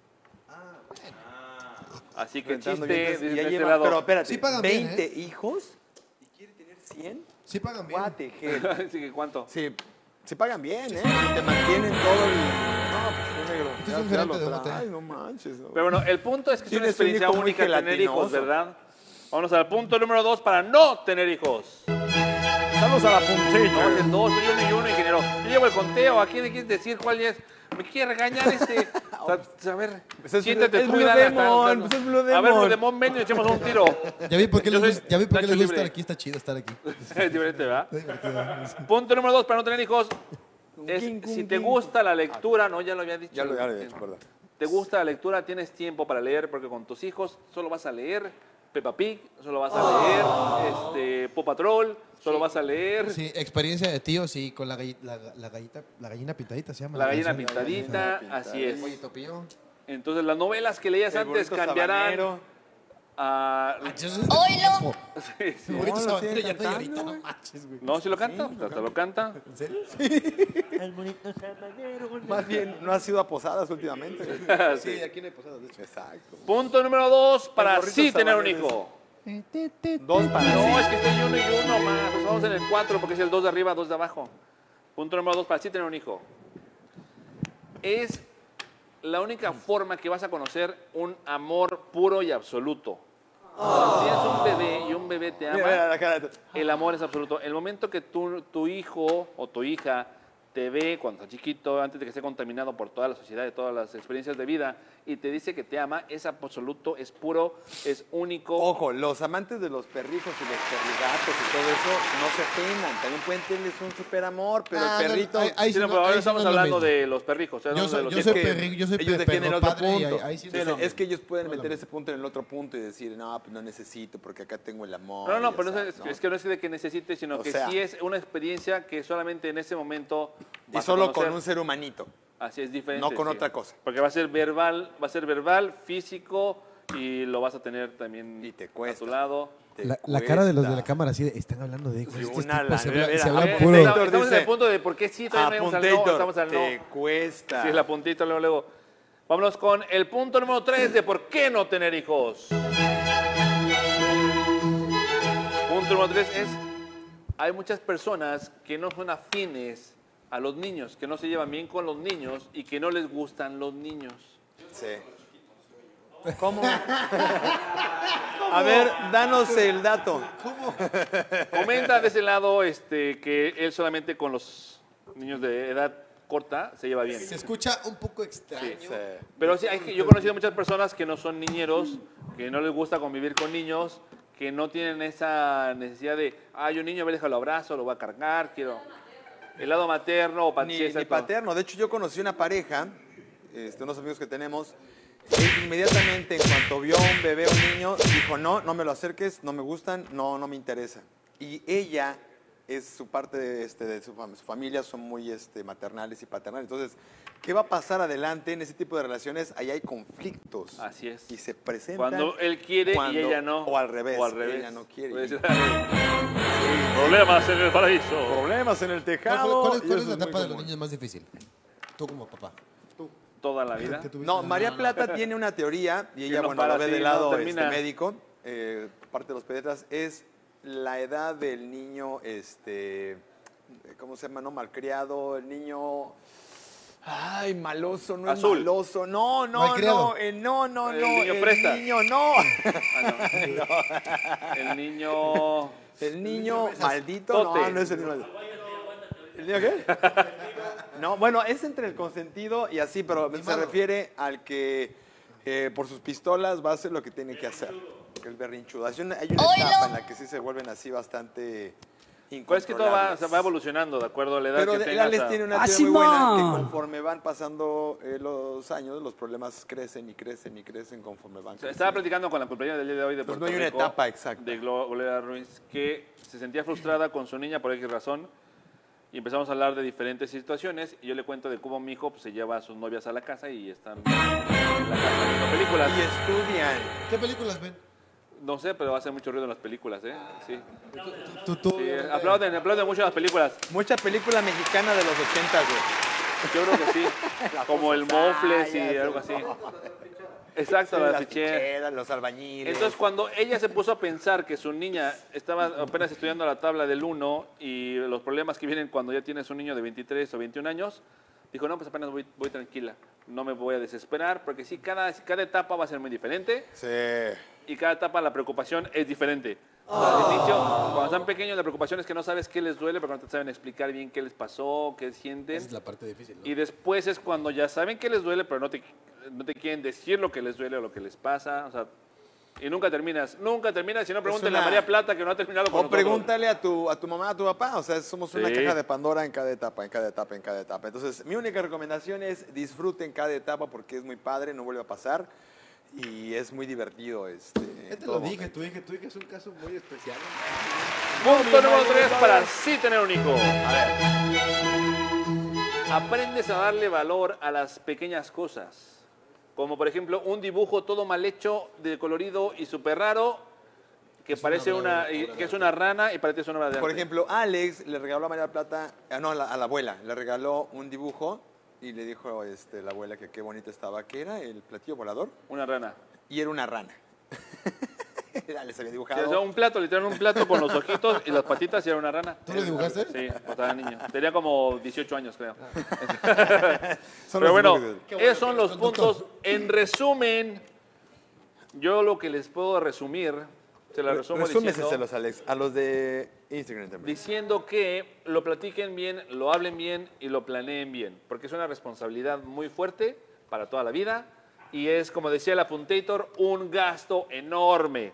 Speaker 1: Así que el
Speaker 2: Rentando
Speaker 1: chiste
Speaker 2: vientres y
Speaker 1: desde
Speaker 2: ya
Speaker 1: este
Speaker 2: llevan-
Speaker 1: lado.
Speaker 2: pero espérate,
Speaker 7: Sí pagan bien,
Speaker 2: 20 hijos y quiere tener 100.
Speaker 7: Sí, pagan bien.
Speaker 2: Guate, gel.
Speaker 1: Así que cuánto.
Speaker 2: Sí, sí pagan bien, ¿eh? Te mantienen todo el... No, pues qué negro.
Speaker 4: Este es un gerente de bote.
Speaker 2: Ay, no manches. no.
Speaker 1: Pero bueno, el punto es que es una
Speaker 2: Tienes un
Speaker 1: experiencia
Speaker 2: hijo muy
Speaker 1: única tener hijos,
Speaker 2: gelatinoso.
Speaker 1: ¿verdad? Vamos al punto número dos para no tener hijos.
Speaker 2: Vamos a la puntita.
Speaker 1: No, es el dos, soy uno y uno, ingeniero. Yo llevo el conteo, ¿a quién le quieres decir cuál es? Me quiere regañar este. O sea, pues, a ver,
Speaker 2: Pues es
Speaker 1: siéntate
Speaker 2: Blue- es
Speaker 1: tú y
Speaker 2: Blue
Speaker 1: dale acá,
Speaker 2: Demon,
Speaker 1: dale.
Speaker 2: pues es Blue
Speaker 1: A ver, Blue
Speaker 2: Demon.
Speaker 1: Demon, ven y echemos un tiro.
Speaker 7: Ya vi por qué
Speaker 1: Yo
Speaker 7: les,
Speaker 1: soy
Speaker 7: gusta- ya vi por qué
Speaker 1: Nacho
Speaker 7: les gusta
Speaker 1: Libre.
Speaker 7: estar aquí, está chido estar aquí.
Speaker 1: Es diferente, ¿verdad? Punto número dos para no tener hijos. es
Speaker 2: Cun, cun,
Speaker 1: si te
Speaker 2: cun.
Speaker 1: gusta la lectura, no, ya lo había dicho.
Speaker 2: Ya lo ya lo he hecho, ¿verdad?
Speaker 1: Te gusta la lectura, tienes tiempo para leer, porque con tus hijos solo vas a leer Peppa Pig, solo vas a leer este, Paw Patrol, solo vas a leer
Speaker 7: Sí, experiencia de tío, sí, con la, galli- la, la gallita, la gallina pintadita se llama.
Speaker 1: La gallina
Speaker 7: canción.
Speaker 1: pintadita, así es.
Speaker 7: Oye, Topillo.
Speaker 1: Entonces las novelas que leías
Speaker 2: El
Speaker 1: antes
Speaker 2: burrito
Speaker 1: cambiarán
Speaker 2: sabanero.
Speaker 1: a...
Speaker 7: Ah, ¡Oilo!
Speaker 1: Sí, sí.
Speaker 7: Bonito
Speaker 2: No, lo siguen
Speaker 7: sabanero, ya no, y ahorita
Speaker 2: cantando,
Speaker 7: no
Speaker 2: güey.
Speaker 7: manches, güey.
Speaker 1: No, si lo canta, hasta lo canta.
Speaker 6: El bonito sabanero.
Speaker 2: Más bien, no has ido a posadas últimamente.
Speaker 1: Sí.
Speaker 7: aquí no hay posadas, de hecho.
Speaker 2: Exacto.
Speaker 1: Punto número dos, para
Speaker 2: gorrito
Speaker 1: sí tener un
Speaker 2: sabanero.
Speaker 1: hijo.
Speaker 2: Dos para Ah,
Speaker 1: No,
Speaker 2: sí.
Speaker 1: es que estoy uno y uno, más. Pues vamos en el cuatro, porque es el dos de arriba, dos de abajo. Punto número dos, para sí tener un hijo. Es la única forma que vas a conocer un amor puro y absoluto. Cuando tienes un bebé y un bebé te ama,
Speaker 2: Mira, mira la cara de-
Speaker 1: El amor es absoluto. El momento que tu, tu hijo o tu hija te ve cuando está chiquito, antes de que esté contaminado por toda la sociedad y todas las experiencias de vida, y te dice que te ama, es absoluto, es puro, es único.
Speaker 2: Ojo, los amantes de los perrijos y los perrigatos y todo eso no se penan. También pueden tenerles un super amor, pero
Speaker 7: Ah,
Speaker 2: el
Speaker 7: no,
Speaker 2: perrito.
Speaker 7: ahí- ahí
Speaker 1: Sí, no,
Speaker 7: no-
Speaker 1: pero ahora
Speaker 7: ahí sí
Speaker 1: estamos
Speaker 7: no es lo
Speaker 1: hablando
Speaker 7: mismo.
Speaker 1: de los perrijos. o sea,
Speaker 7: Yo
Speaker 1: no de
Speaker 7: soy,
Speaker 1: los
Speaker 7: yo
Speaker 1: hijos.
Speaker 7: soy perri- yo soy
Speaker 2: ellos
Speaker 7: per-
Speaker 2: defienden
Speaker 7: perro
Speaker 2: otro
Speaker 7: padre y ahí-
Speaker 2: punto.
Speaker 7: ahí sí
Speaker 2: Sí,
Speaker 7: no
Speaker 2: no,
Speaker 7: sé.
Speaker 2: es que ellos pueden
Speaker 7: No es lo
Speaker 2: meter
Speaker 7: mismo.
Speaker 2: ese punto en el otro punto y decir, no, pues no necesito porque acá tengo el amor.
Speaker 1: No, no,
Speaker 2: y
Speaker 1: pero no
Speaker 2: así,
Speaker 1: es, es que no es de que necesites, sino
Speaker 2: O
Speaker 1: que
Speaker 2: sea.
Speaker 1: sí es una experiencia que solamente en ese momento.
Speaker 2: Y
Speaker 1: vas a
Speaker 2: solo con
Speaker 1: conocer.
Speaker 2: un ser humanito.
Speaker 1: Así es diferente.
Speaker 2: No con
Speaker 1: sí.
Speaker 2: otra cosa.
Speaker 1: Porque va a ser verbal, va a ser verbal, físico y lo vas a tener también
Speaker 2: Y te
Speaker 1: a
Speaker 2: cuesta.
Speaker 1: tu lado.
Speaker 2: Te
Speaker 4: La, la cara de los de la
Speaker 2: cuesta.
Speaker 4: cámara así de, están hablando de hijos.
Speaker 2: Sí,
Speaker 4: estos
Speaker 2: una
Speaker 4: tipos
Speaker 2: lana,
Speaker 4: se hablan-
Speaker 2: mira,
Speaker 4: se
Speaker 2: mira,
Speaker 4: hablan
Speaker 2: a ver,
Speaker 4: puro.
Speaker 2: Héctor,
Speaker 1: estamos en
Speaker 2: dice,
Speaker 1: el punto de por qué sí, todavía no llegamos al no,
Speaker 2: Apuntator,
Speaker 1: estamos al
Speaker 2: Ah, te
Speaker 1: no.
Speaker 2: cuesta.
Speaker 1: Sí, es la puntita, luego, luego. Vámonos con el punto número 3 de por qué no tener hijos. Punto número 3 es, hay muchas personas que no son afines a los niños, que no se llevan bien con los niños y que no les gustan los niños.
Speaker 2: Sí. ¿Cómo? A ver, danos el dato.
Speaker 1: Comenta de ese lado este, que él solamente con los niños de edad corta se lleva bien.
Speaker 7: Se escucha un poco extraño.
Speaker 1: Pero sí, hay que- yo he conocido muchas personas que no son niñeros, que no les gusta convivir con niños, que no tienen esa necesidad de, ay, un niño, a ver, déjalo abrazo, lo voy a cargar, quiero... El lado materno o pat-
Speaker 2: Ni,
Speaker 1: sí,
Speaker 2: ni
Speaker 1: exacto.
Speaker 2: paterno. De hecho, yo conocí una pareja, este, unos amigos que tenemos. e Inmediatamente, en cuanto vio un bebé o un niño, dijo: No, no me lo acerques, no me gustan, no, no me interesa. Y ella es su parte de, este, de su, fam- su familia, son muy este, maternales y paternales. Entonces, ¿qué va a pasar adelante en ese tipo de relaciones? Ahí hay conflictos.
Speaker 1: Así es.
Speaker 2: Y se presentan.
Speaker 1: Cuando él quiere
Speaker 2: cuando-
Speaker 1: y ella no.
Speaker 2: O al revés.
Speaker 1: O al revés.
Speaker 2: Ella no quiere.
Speaker 1: Puede ser- Problemas en el paraíso.
Speaker 5: Problemas en el
Speaker 7: ¿Cuál, fue-
Speaker 5: tejado.
Speaker 7: cuál es, cuál
Speaker 5: y eso
Speaker 7: es la
Speaker 5: es muy
Speaker 7: etapa de los
Speaker 5: común.
Speaker 7: niños más difícil? Tú como papá.
Speaker 1: Toda la vida.
Speaker 7: Que tuviste-
Speaker 2: No, María Plata tiene una teoría, y ella,
Speaker 1: no
Speaker 2: bueno,
Speaker 1: para,
Speaker 2: la ve
Speaker 1: sí,
Speaker 2: del
Speaker 1: no
Speaker 2: lado este,
Speaker 1: termina.
Speaker 2: médico, eh, parte de los pediatras, es la edad del niño, este, ¿cómo se llama? No, malcriado, el niño... Ay, maloso, no
Speaker 1: Azul.
Speaker 2: es maloso. No, no,
Speaker 4: Malcriado.
Speaker 2: no, eh, no, no,
Speaker 1: El
Speaker 2: no.
Speaker 1: niño presta.
Speaker 2: niño, no.
Speaker 1: Ah, no. El niño...
Speaker 2: El niño maldito, no,
Speaker 1: Tote.
Speaker 2: no es el niño maldito. ¿El niño qué? No, bueno, es entre el consentido y así, pero se refiere al que eh, por sus pistolas va a hacer lo que tiene que hacer. El berrinchudo. Hay una, hay una etapa en la que sí se vuelven así bastante
Speaker 1: Pues es que todo va,
Speaker 2: incontrolables.
Speaker 1: o sea, va evolucionando de acuerdo a la edad
Speaker 2: Pero
Speaker 1: que
Speaker 2: de-
Speaker 1: tengas.
Speaker 2: Alex
Speaker 1: a-
Speaker 2: tiene una
Speaker 8: ¡Ah,
Speaker 2: teoría muy buena,
Speaker 8: Simón!
Speaker 2: que conforme van pasando eh, los años, los problemas crecen y crecen y crecen conforme van
Speaker 1: O sea,
Speaker 2: creciendo.
Speaker 1: Estaba platicando con la compañera del día de hoy de
Speaker 2: Pues
Speaker 1: Puerto
Speaker 2: no hay una
Speaker 1: Rico,
Speaker 2: etapa exacta.
Speaker 1: De Glo- Gloria Ruiz, que se sentía frustrada con su niña por X razón. Y empezamos a hablar de diferentes situaciones. Y yo le cuento de cómo mi hijo pues, se lleva a sus novias a la casa y están en la casa viendo películas.
Speaker 2: Y estudian.
Speaker 7: ¿Qué películas ven?
Speaker 1: No sé, pero hace mucho ruido en las películas, ¿eh? Sí.
Speaker 7: Tú, tú.
Speaker 1: Sí,
Speaker 4: eh.
Speaker 1: eh, aplauden, aplauden mucho las películas.
Speaker 2: Mucha película mexicana de los 80, güey.
Speaker 1: Yo creo que sí. Como el Mofles y algo así. Exacto, la
Speaker 2: Las
Speaker 1: fiché.
Speaker 2: ficheras, los albañiles.
Speaker 1: Entonces, cuando ella se puso a pensar que su niña estaba apenas estudiando la tabla del 1 y los problemas que vienen cuando ya tienes un niño de 23 o 21 años, dijo, no, pues apenas voy, voy tranquila, no me voy a desesperar, porque sí, cada, cada etapa va a ser muy diferente
Speaker 5: Sí.
Speaker 1: y cada etapa la preocupación es diferente. O sea, al inicio, cuando están pequeños, la preocupación es que no sabes qué les duele, pero no te saben explicar bien qué les pasó, qué sienten.
Speaker 7: Esa es la parte difícil. ¿no?
Speaker 1: Y después es cuando ya saben que les duele, pero no te, no te quieren decir lo que les duele o lo que les pasa. O sea, y nunca terminas. Nunca terminas. Si no, pregúntenle a
Speaker 2: una-
Speaker 1: María Plata que no ha terminado con
Speaker 2: O
Speaker 1: nosotros.
Speaker 2: pregúntale a tu, a tu mamá, a tu papá. O sea, somos una
Speaker 1: Sí.
Speaker 2: caja de Pandora en cada etapa, en cada etapa, en cada etapa. Entonces, mi única recomendación es disfruten cada etapa porque es muy padre, no vuelve a pasar. Y es muy divertido. Este, en
Speaker 6: Ya te
Speaker 2: todo
Speaker 6: lo dije,
Speaker 2: momento.
Speaker 6: tu hija, tu hija es un caso muy especial.
Speaker 1: Punto número 3 para sí tener un hijo. Aprendes a darle valor a las pequeñas cosas. Como por ejemplo un dibujo todo mal hecho, de colorido y súper raro, que parece una, y- que es una rana y para ti es una obra de
Speaker 2: Por
Speaker 1: arte.
Speaker 2: ejemplo, Alex le regaló a María Plata, ah, no, a la, a la abuela, le regaló un dibujo y le dijo este, la abuela que qué bonito estaba, que era el platillo volador
Speaker 1: Una rana.
Speaker 2: y era una rana. Alex había
Speaker 1: Sí, o sea,
Speaker 2: dibujado.
Speaker 1: un plato, literal, un plato con los ojitos y las patitas y era una rana.
Speaker 7: ¿Tú lo dibujaste?
Speaker 1: Sí, cuando estaba niño. Tenía como 18 años, creo.
Speaker 2: Son
Speaker 1: Pero
Speaker 2: los
Speaker 1: bueno,
Speaker 2: dibujos que-
Speaker 1: esos son los puntos. En resumen, yo lo que les puedo resumir, se la resumo diciendo,
Speaker 2: Resúmeseselos, Alex, a los de Instagram también.
Speaker 1: diciendo que lo platiquen bien, lo hablen bien y lo planeen bien, porque es una responsabilidad muy fuerte para toda la vida y es, como decía el apuntator, un gasto enorme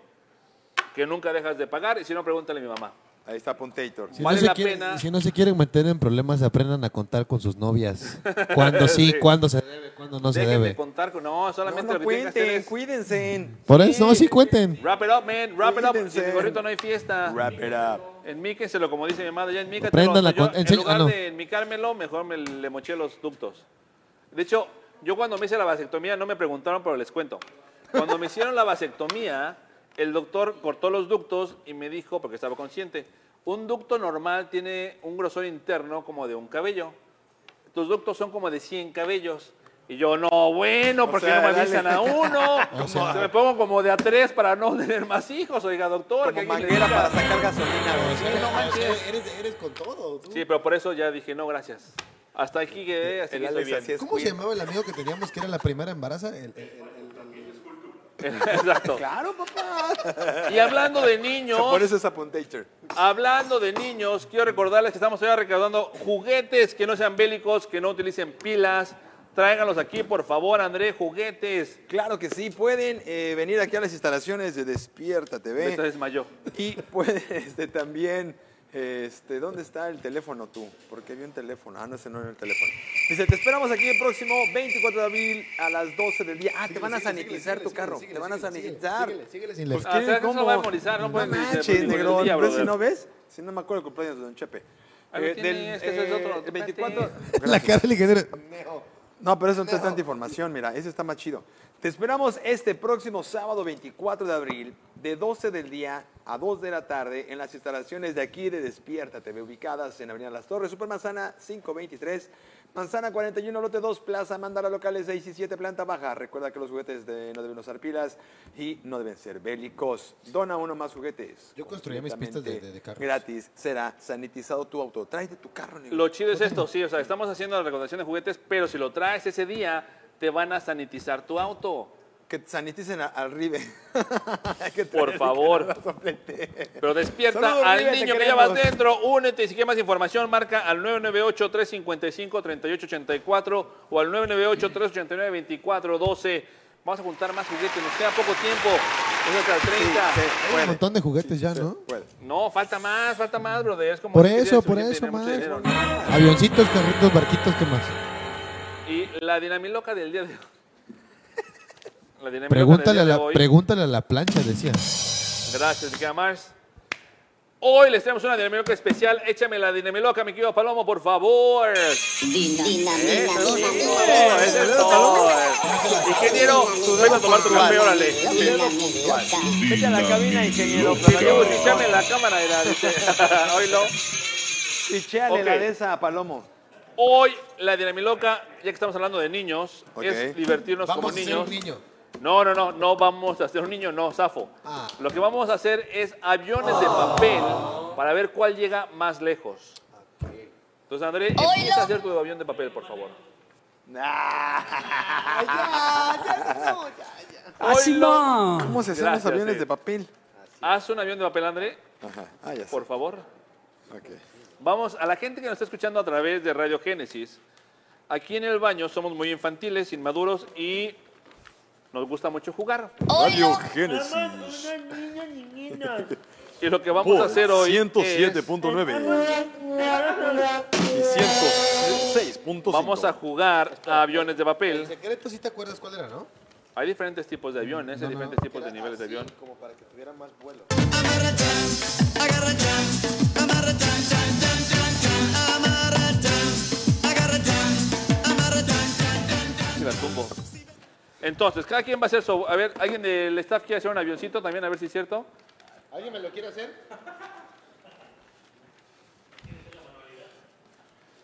Speaker 1: que nunca dejas de pagar y si no, pregúntale a mi mamá.
Speaker 2: Ahí está Puntator.
Speaker 4: Si,
Speaker 1: Vale
Speaker 4: no se
Speaker 1: la
Speaker 4: quieren,
Speaker 1: pena.
Speaker 4: si no se quieren meter en problemas, aprendan a contar con sus novias. Cuando sí, cuando se debe, cuando no se
Speaker 1: Déjenme
Speaker 4: debe.
Speaker 1: contar con. No,
Speaker 2: No,
Speaker 1: solamente lo
Speaker 2: no
Speaker 1: que tienen que hacer
Speaker 2: cuenten,
Speaker 1: es.
Speaker 2: cuídense.
Speaker 4: Por eso, no, sí cuenten.
Speaker 1: Wrap it up, man. Wrap it up.
Speaker 2: Cuídense.
Speaker 1: Sin mi gorrito no hay fiesta.
Speaker 2: Wrap it up.
Speaker 1: Enmíquenselo, como dice mi madre. Ya enmícatelo.
Speaker 4: Prendan la
Speaker 1: Yo,
Speaker 4: con-
Speaker 1: En
Speaker 4: enseña-
Speaker 1: lugar
Speaker 4: ah, no.
Speaker 1: de enmicármelo, mejor me le moché los ductos. De hecho, yo cuando me hice la vasectomía no me preguntaron, pero les cuento. Cuando me hicieron la vasectomía, el doctor cortó los ductos y me dijo, porque estaba consciente, un ducto normal tiene un grosor interno como de un cabello. Tus ductos son como de 100 cabellos. Y yo, no, bueno, porque
Speaker 5: sea,
Speaker 1: no me
Speaker 5: dale.
Speaker 1: avisan a uno. Se me pongo como de a tres para no tener más hijos. Oiga, doctor, que
Speaker 2: Como
Speaker 1: alguien le
Speaker 2: manguera
Speaker 1: diga.
Speaker 2: para sacar gasolina, güey.
Speaker 7: eres, eres, eres con todo. tú.
Speaker 1: Sí, pero por eso ya dije, no, gracias. Hasta aquí quedé, así
Speaker 2: El
Speaker 1: que estoy
Speaker 2: Alex
Speaker 1: bien.
Speaker 2: así es
Speaker 7: ¿Cómo se
Speaker 2: queer.
Speaker 7: llamaba el amigo que teníamos que era la primera embaraza? El- el-
Speaker 1: Exacto.
Speaker 2: Claro, papá.
Speaker 1: Y hablando de niños,
Speaker 2: Por eso es apuntator.
Speaker 1: hablando de niños, quiero recordarles que estamos ahora recaudando juguetes que no sean bélicos, que no utilicen pilas. Tráiganlos aquí, por favor, André, juguetes.
Speaker 2: Claro que sí, pueden eh, venir aquí a las instalaciones de Despierta
Speaker 1: Me está
Speaker 2: TV
Speaker 1: desmayó.
Speaker 2: y pueden este, también, este, ¿dónde está el teléfono tú? Porque vi un teléfono, ah, no, ese no era el teléfono. Dice, te esperamos aquí el próximo 24 de abril a las 12 del día. Ah, te van a sanitizar tu carro, te van a sanitizar.
Speaker 7: el- sin la-
Speaker 2: Pues,
Speaker 1: Ah, o sea,
Speaker 2: ¿quieren
Speaker 1: eso
Speaker 2: cómo? Pues,
Speaker 1: lo va a memorizar, no pueden memorizar
Speaker 2: manches,
Speaker 1: el
Speaker 2: negro,
Speaker 1: día,
Speaker 2: ¿no ves si
Speaker 1: brother.
Speaker 2: no ves? Si no me acuerdo el cumpleaños de Don Chepe. Eh,
Speaker 1: Ahí lo tiene, es que ese es otro,
Speaker 2: el 24...
Speaker 4: La cara del ingeniero.
Speaker 2: No, pero eso no es tanta información, mira, eso está más chido. Te esperamos este próximo sábado 24 de abril, de 12 del día a 2 de la tarde, en las instalaciones de aquí de Despierta TV, ubicadas en Avenida Las Torres, Supermanzana 523, Manzana 41, Lote 2, Plaza Mandala Locales 6 y 7, planta baja. Recuerda que los juguetes de- no deben usar pilas y no deben ser bélicos. Dona uno más juguetes.
Speaker 7: Yo construía mis pistas de- de- de carros.
Speaker 2: Gratis, será sanitizado tu auto. Tráete tu carro, negro.
Speaker 1: Lo chido es esto, sí, o sea, estamos haciendo la recaudación de juguetes, pero si lo traes ese día, te van a sanitizar tu auto.
Speaker 2: Que saniticen a- al Ribe. Hay que
Speaker 1: Por
Speaker 2: traer-
Speaker 1: favor. Pero despierta
Speaker 2: Saludos,
Speaker 1: al
Speaker 2: Ribe, te
Speaker 1: niño que
Speaker 2: queremos.
Speaker 1: llevas dentro. Únete y si quieres más información, marca al 998-355-3884 o al 998-389-2412. Vamos a juntar más juguetes, nos queda poco tiempo. Es hasta el 30.
Speaker 2: Sí,
Speaker 4: Un
Speaker 2: puede,
Speaker 4: montón de juguetes ya, ¿no?
Speaker 2: puede.
Speaker 1: No, falta más, falta más, brother. Es como
Speaker 4: Por
Speaker 1: que
Speaker 4: eso,
Speaker 1: tienes suficiente,
Speaker 4: por eso,
Speaker 1: tiene mucho
Speaker 4: más.
Speaker 1: dinero, ¿no?
Speaker 4: Avioncitos, carritos, barquitos, ¿qué más?
Speaker 1: Y la dinamiloca del día de hoy. La dinamiloca
Speaker 4: Pregúntale a
Speaker 1: del día
Speaker 4: la,
Speaker 1: de hoy.
Speaker 4: pregúntale a la plancha, decía.
Speaker 1: Gracias, Ricardo Mars. Hoy les traemos una dinamiloca especial. Échame la dinamiloca, mi querido Palomo, por favor. Eso, eso, eso, eso. Ingeniero, vete a tomar tu café, órale.
Speaker 2: Vete a la cabina, ingeniero.
Speaker 1: Diego, sí, échame la cámara, era, dice. Oílo.
Speaker 2: Picheale la
Speaker 1: Ok.
Speaker 2: de esa a Palomo.
Speaker 1: Hoy la dinamiloca, ya que estamos hablando de niños,
Speaker 2: Ok.
Speaker 1: es divertirnos
Speaker 7: Vamos
Speaker 1: como
Speaker 7: a ser
Speaker 1: niños.
Speaker 7: un niño.
Speaker 1: No, no, no, no vamos a hacer un niño, no, Zafo.
Speaker 7: Ah.
Speaker 1: Lo que vamos a hacer es aviones de papel para ver cuál llega más lejos. Entonces, André, empieza a hacer tu avión de papel, por favor.
Speaker 8: Así no.
Speaker 2: ¿Cómo se hacen
Speaker 1: Gracias,
Speaker 2: los aviones
Speaker 1: sí.
Speaker 2: de papel?
Speaker 1: Haz un avión de papel, André,
Speaker 2: Ajá. Ah, ya sé.
Speaker 1: por favor.
Speaker 2: Ok.
Speaker 1: Vamos, a la gente que nos está escuchando a través de Radio Génesis, aquí en el baño somos muy infantiles, inmaduros y nos gusta mucho jugar.
Speaker 5: Radio Génesis.
Speaker 6: Somos unos niños niñinos.
Speaker 1: Y lo que vamos a
Speaker 5: Por
Speaker 1: hacer hoy eh, es-
Speaker 5: 107.9 y 106.5.
Speaker 1: vamos a jugar a aviones de
Speaker 7: El
Speaker 4: Este,
Speaker 1: papel.
Speaker 7: secreto sí te acuerdas cuál era, ¿no?
Speaker 1: Hay diferentes tipos de aviones, hay diferentes tipos de niveles de avión.
Speaker 7: Como para que tuviera más vuelo.
Speaker 1: Sí, la tumbo. Entonces, cada quien va a hacer su... A ver, ¿alguien del staff quiere hacer un avioncito también? A ver si es cierto.
Speaker 7: ¿Alguien me lo quiere hacer?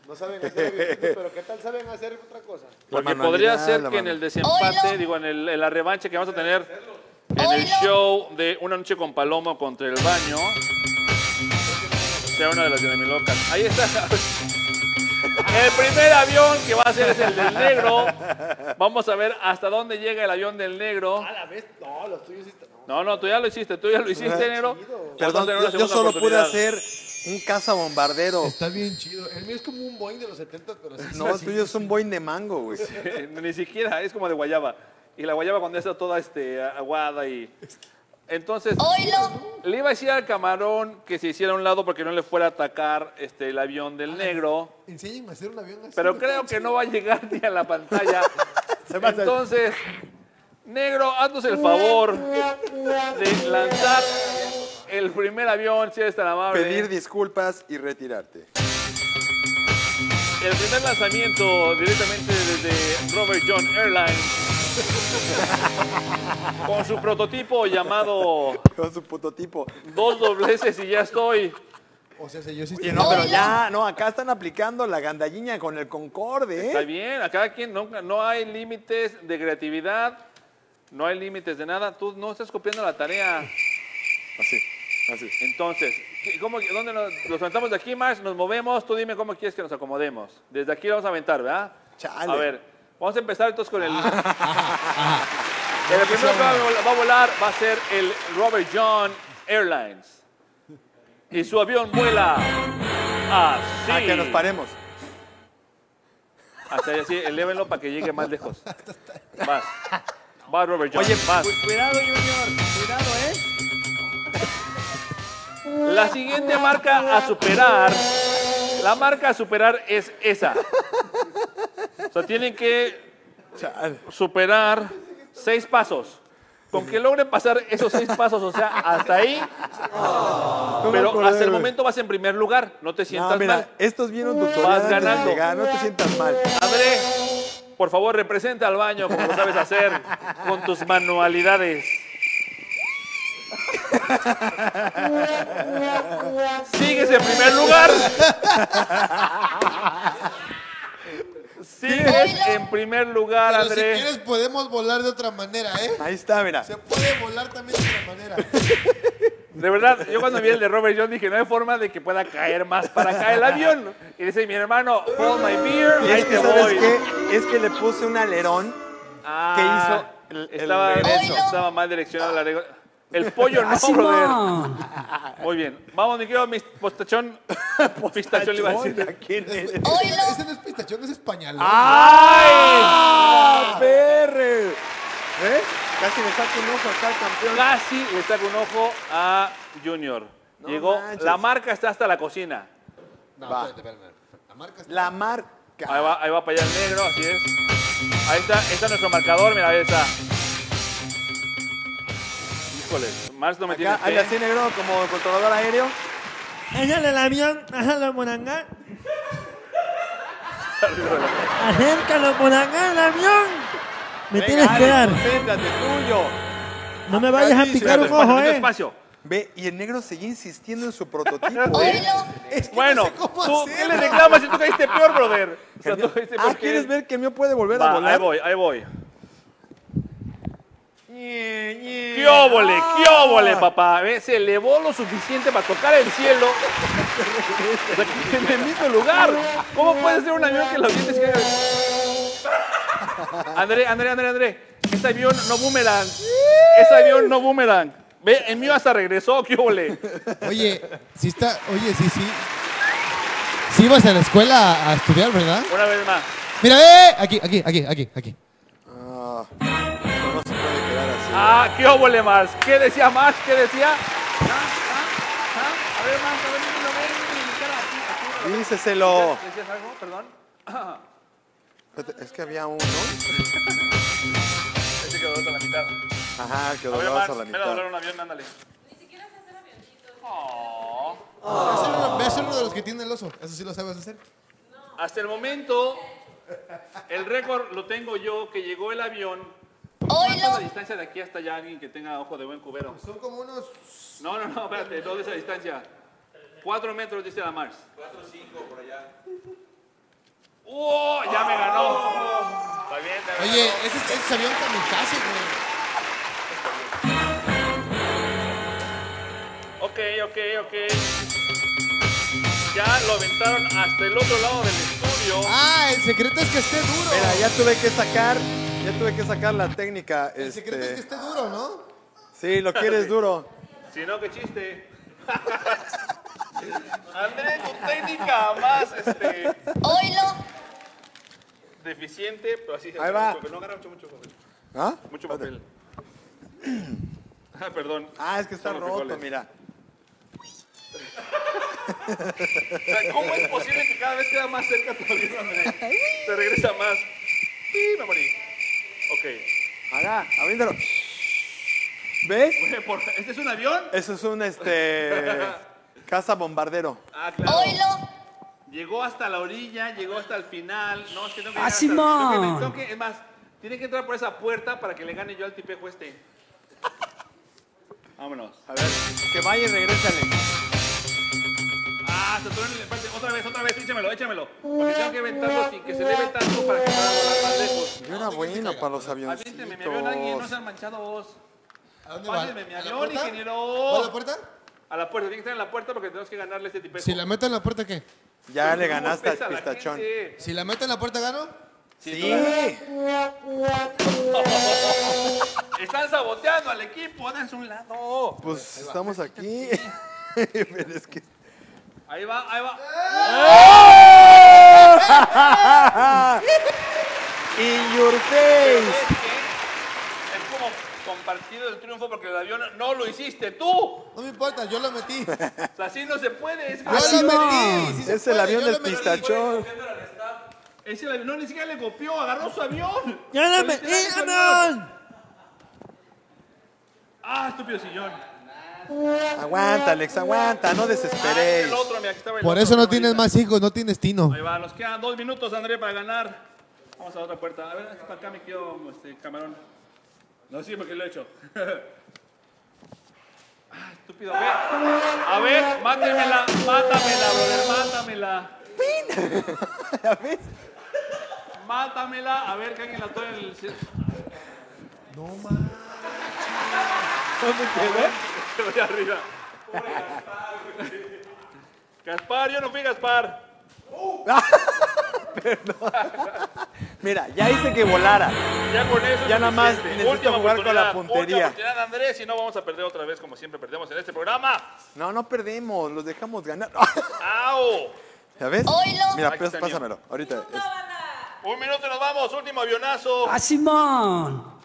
Speaker 7: No saben hacer avioncitos, pero ¿qué tal saben hacer otra cosa?
Speaker 1: Porque
Speaker 2: manualidad,
Speaker 1: podría ser
Speaker 2: la
Speaker 1: que en
Speaker 2: manu-
Speaker 1: el desempate, digo, en, el- en la revancha que vamos a tener en el show de Una Noche con Palomo contra el Baño, sea una de las dinamilocas. Ahí está. El primer avión que va a ser es el del negro. Vamos a ver hasta dónde llega el avión del negro.
Speaker 7: A la vez, no, los tuyos sí. te- No. Ah,
Speaker 1: No, no, tú ya lo hiciste, tú ya lo hiciste, negro. Vamos a
Speaker 2: Perdón,
Speaker 1: tener
Speaker 2: yo,
Speaker 1: una
Speaker 2: yo
Speaker 1: segunda
Speaker 2: solo pude
Speaker 1: oportunidad.
Speaker 2: hacer un cazabombardero.
Speaker 7: Está bien chido. El mío es como un Boeing de los 70, pero sí.
Speaker 2: No, el tuyo es un boing de mango, güey.
Speaker 1: Ni siquiera, es como de guayaba. Y la guayaba cuando ya está toda este, aguada y... Entonces, le iba a decir al camarón que se hiciera a un lado porque no le fuera a atacar este, el avión del negro,
Speaker 7: Enséñenme a hacer un avión así.
Speaker 1: pero creo que no va a llegar ni a la pantalla. Entonces, negro, haznos el favor de lanzar el primer avión, si eres tan amable.
Speaker 2: Pedir disculpas y retirarte.
Speaker 1: El primer lanzamiento directamente desde Robert John Airlines Con su prototipo llamado
Speaker 2: Con su prototipo.
Speaker 1: Dos dobleces y ya estoy.
Speaker 4: O sea, si yo sí
Speaker 2: Oye, no, pero ya, no, acá están aplicando la gandalliña con el Concorde,
Speaker 1: Está
Speaker 2: ¿eh?
Speaker 1: bien, a cada quien no, no hay límites de creatividad, no hay límites de nada. Tú no estás copiando la tarea.
Speaker 5: Así, así.
Speaker 1: Entonces, ¿qué- cómo- ¿dónde nos, nos aventamos de aquí, Max? Nos movemos. Tú dime cómo quieres que nos acomodemos. Desde aquí lo vamos a aventar, ¿verdad?
Speaker 2: Chale. Ah.
Speaker 1: A ver, vamos a empezar entonces con el. el primero que va a vol- va a volar va a ser el Robert John Airlines. Y su avión vuela así.
Speaker 2: A Ah, que nos paremos.
Speaker 1: Hasta ahí, así, elévenlo para que llegue más lejos. Vas. Vas, Robert John.
Speaker 2: Oye,
Speaker 1: vas.
Speaker 2: cu- cuidado, Junior, cuidado, ¿eh?
Speaker 1: La siguiente marca a superar, la marca a superar es esa. O sea, tienen que superar seis pasos. Con que logre pasar esos seis pasos, o sea, hasta ahí, pero hasta el momento vas en primer lugar. No te sientas
Speaker 2: No, mira,
Speaker 1: mal.
Speaker 2: estos vieron tutorial antes de
Speaker 1: ganando.
Speaker 2: llegar, no te sientas mal.
Speaker 1: André, por favor, representa al baño como lo sabes hacer con tus manualidades. Sigues en primer lugar. Sigues en primer lugar,
Speaker 7: Pero si
Speaker 1: André.
Speaker 7: quieres podemos volar de otra manera, ¿eh?
Speaker 2: Ahí está, mira.
Speaker 7: Se puede volar también de otra manera.
Speaker 1: De verdad, yo cuando vi el de Robert John dije, no hay forma de que pueda caer más para acá el avión. Y dice mi hermano, hold my beer,
Speaker 2: Y
Speaker 1: ahí
Speaker 2: es
Speaker 1: te
Speaker 2: que, ¿sabes
Speaker 1: voy.
Speaker 2: qué? Es que le puse un alerón.
Speaker 1: Ah,
Speaker 2: ¿Qué hizo el- el
Speaker 1: estaba,
Speaker 2: regreso?
Speaker 1: estaba mal direccionado la rego- El pollo no, brother. Muy bien. Vamos, mi querido mis- postachón. Pistachón le iba a decir. "Ah,
Speaker 2: Hola, ¿quién eres?
Speaker 7: Ese, ese no es pistachón, ese es pañalón.
Speaker 2: ¡Ah, perre! ¿Eh? Casi me saco un ojo acá, campeón.
Speaker 1: Casi le saca un ojo a Junior.
Speaker 2: No
Speaker 1: Llegó.
Speaker 2: manches.
Speaker 1: La marca está hasta la cocina.
Speaker 7: No,
Speaker 2: Va.
Speaker 7: espérate, espérate, espérate. La marca está...
Speaker 2: La
Speaker 1: Ahí
Speaker 2: marca.
Speaker 1: va, ahí va para allá el negro, así es. Ahí está, ahí está nuestro marcador, mira, ahí está. Híjole, Mars no me
Speaker 2: Acá, ahí
Speaker 1: tiene
Speaker 2: la
Speaker 1: fe.
Speaker 2: sí, negro, como controlador aéreo.
Speaker 6: Échale el avión, déjalo morangá. Acércalo morangá al avión. Me
Speaker 2: Venga,
Speaker 6: tienes que
Speaker 2: Alex,
Speaker 6: dar.
Speaker 2: Concéntrate, tuyo.
Speaker 6: No me vayas a picar un
Speaker 1: Despacio,
Speaker 6: ojo, eh.
Speaker 1: despacio.
Speaker 2: Ve, y el negro seguía insistiendo en su prototipo. ¿eh?
Speaker 7: Es que
Speaker 1: Bueno,
Speaker 7: no sé cómo
Speaker 1: tú, ¿qué
Speaker 7: hacerlo.
Speaker 1: le reclamas si tú caíste peor, brother? O sea, tú caíste
Speaker 2: ah,
Speaker 1: peor que
Speaker 2: ¿quieres
Speaker 1: él.
Speaker 2: ver que el mío puede volver a
Speaker 1: Va,
Speaker 2: volar?
Speaker 1: ahí voy, ahí voy. ¡Qué óvole,
Speaker 2: Ah.
Speaker 7: Ah.
Speaker 1: qué óvole, papá! ¿Ves? Se elevó lo suficiente para tocar el cielo. O sea, que en el mismo lugar. ¿Cómo puede ser un avión que los dientes caigan? André, André, André, André. Este avión no boomerang. Este avión no boomerang. Ve, el mío hasta regresó, qué óvole.
Speaker 4: Oye, sí está. Oye, sí, sí. Sí ibas a la escuela a, a estudiar, ¿verdad?
Speaker 1: Una vez más.
Speaker 4: Mira, eh. Aquí, aquí, aquí, aquí, aquí.
Speaker 2: No se puede quedar así.
Speaker 1: Ah, qué óvole, Mars. ¿Qué decía Mars? ¿Qué decía?
Speaker 2: Díceselo.
Speaker 1: ¿Decías algo? Perdón.
Speaker 2: Es que había uno.
Speaker 1: Ese quedó hasta la mitad.
Speaker 2: Ajá, que
Speaker 1: A ver,
Speaker 2: doblabas
Speaker 1: Max,
Speaker 2: a la
Speaker 1: ven a doblar
Speaker 2: mitad.
Speaker 1: un avión, ándale.
Speaker 7: Ese era uno- ese era uno de los que tiene el oso. Eso sí lo sabes hacer.
Speaker 1: Hasta el momento, el récord lo tengo yo, que llegó el avión. ¿Cuánto es la distancia de aquí hasta allá alguien que tenga ojo de buen cubero?
Speaker 7: Son como unos...
Speaker 1: No, no, no, espérate, ¿dónde es la distancia? Cuatro metros, dice la Mars. Cuatro, cinco, por allá. ¡Oh! Ya me ganó. Está bien, está bien.
Speaker 7: Oye, ese, ese avión también casi, güey.
Speaker 1: Ok, ok, ok. Ya lo aventaron hasta el otro lado del estudio.
Speaker 7: Ah, el secreto es que esté duro.
Speaker 2: Mira, ya tuve que sacar, ya tuve que sacar la técnica.
Speaker 7: el secreto es que
Speaker 2: Este,
Speaker 7: esté duro, ¿no?
Speaker 2: sí, lo quieres duro.
Speaker 1: Si no, qué chiste. André, tu técnica más este,
Speaker 8: Oilo,
Speaker 1: deficiente, pero así
Speaker 2: Ahí va.
Speaker 1: No agarra mucho, mucho papel.
Speaker 2: ¿Ah?
Speaker 1: Mucho papel. Ah, perdón.
Speaker 2: Ah, es que está
Speaker 1: Son los
Speaker 2: roto,
Speaker 1: frijoles.
Speaker 2: mira.
Speaker 1: O sea, ¿Cómo es posible que cada vez queda más cerca tu avión, André? Te regresa más. Sí, me morí. Ok.
Speaker 2: Acá, abriéndolo. ¿Ves?
Speaker 1: Güey, por- ¿Este es un avión?
Speaker 2: Eso es un, este, casa bombardero.
Speaker 1: Ah, claro.
Speaker 8: oilo,
Speaker 1: Llegó hasta la orilla, llegó hasta el final. No, es que tengo que.
Speaker 9: Ah,
Speaker 1: llegar hasta- tengo que-
Speaker 9: Simón.
Speaker 1: tengo que- es más, Tiene que entrar por esa puerta para que le gane yo al tipejo este. Vámonos.
Speaker 2: A ver, que vaya y regrésale.
Speaker 1: Ah, se truena el empate. Otra vez, otra vez, échamelo, échamelo. Porque tengo que aventarlo sin que se debe tanto para que pueda volar más lejos.
Speaker 2: Yo era bueno para los
Speaker 1: Aviénteme mi avión, alguien, no sean manchados.
Speaker 7: ¿A dónde va?
Speaker 1: Pásenme mi
Speaker 7: ¿A la
Speaker 1: avión,
Speaker 7: puerta?
Speaker 1: ingeniero.
Speaker 7: ¿Va a la puerta?
Speaker 1: A la puerta, tiene que estar en la puerta porque tenemos que ganarle a este tipejo.
Speaker 7: Si la meto en la puerta, ¿qué?
Speaker 2: Ya le
Speaker 1: ¿Cómo
Speaker 2: ganaste
Speaker 1: pesa
Speaker 2: al
Speaker 1: la
Speaker 2: pistachón.
Speaker 1: gente?
Speaker 7: Si la meto en la puerta, ¿gano?
Speaker 2: Sí.
Speaker 1: Están saboteando al equipo, háganse un lado.
Speaker 2: Pues estamos aquí. Pero es que-
Speaker 1: Ahí va, ahí va.
Speaker 2: In your face.
Speaker 1: Es como compartido el triunfo porque el avión no lo hiciste tú.
Speaker 7: No me importa, yo lo metí.
Speaker 1: O sea, así no se puede. Es
Speaker 7: Yo
Speaker 4: Así
Speaker 7: lo
Speaker 4: no.
Speaker 7: metí. sí se
Speaker 2: Es el
Speaker 7: puede,
Speaker 2: avión
Speaker 7: yo
Speaker 2: del
Speaker 7: lo metí.
Speaker 2: pistachón.
Speaker 1: Es el avión, no, ni siquiera le copió, agarró su avión.
Speaker 6: ¡Ya la
Speaker 1: Pero
Speaker 6: metí,
Speaker 1: literal, su avión.
Speaker 6: Ramón!
Speaker 1: Ah, estúpido sillón.
Speaker 2: Aguanta, Alex, aguanta. No
Speaker 1: Ah, es
Speaker 2: desesperéis.
Speaker 1: el otro, mira, aquí estaba el
Speaker 4: Por
Speaker 1: otro,
Speaker 4: eso no
Speaker 1: camarita.
Speaker 4: tienes más hijos, no tienes tino.
Speaker 1: Ahí va, nos quedan dos minutos, André, para ganar. Vamos a la otra puerta. A ver, hasta acá me quedo, este, camarón. No, sí, porque lo he hecho. ah, estúpido, ve. A ver, mátemela, mátamela, brother, mátamela.
Speaker 2: ¿Ya ves?
Speaker 1: Mátamela, a ver que alguien la tome el...
Speaker 2: ¿Dónde quedó?
Speaker 1: Se voy arriba. Pobre Gaspar, güey. Gaspar, yo no fui Gaspar.
Speaker 2: Mira, ya hice que volara.
Speaker 1: Ya con eso. es
Speaker 2: Ya nada más
Speaker 1: suficiente.
Speaker 2: necesito jugar con la
Speaker 1: oportunidad,
Speaker 2: puntería.
Speaker 1: Última oportunidad, Andrés, si no vamos a perder otra vez como siempre perdemos en este programa.
Speaker 2: No, no perdemos. Los dejamos ganar.
Speaker 1: ¡Au!
Speaker 2: ¿Ya ves?
Speaker 8: Oílo.
Speaker 2: Mira,
Speaker 1: Aquí
Speaker 2: pues,
Speaker 1: está el mío.
Speaker 2: pásamelo. Ahorita. es-
Speaker 1: Un minuto y nos vamos, último avionazo.
Speaker 9: ¡A Simón!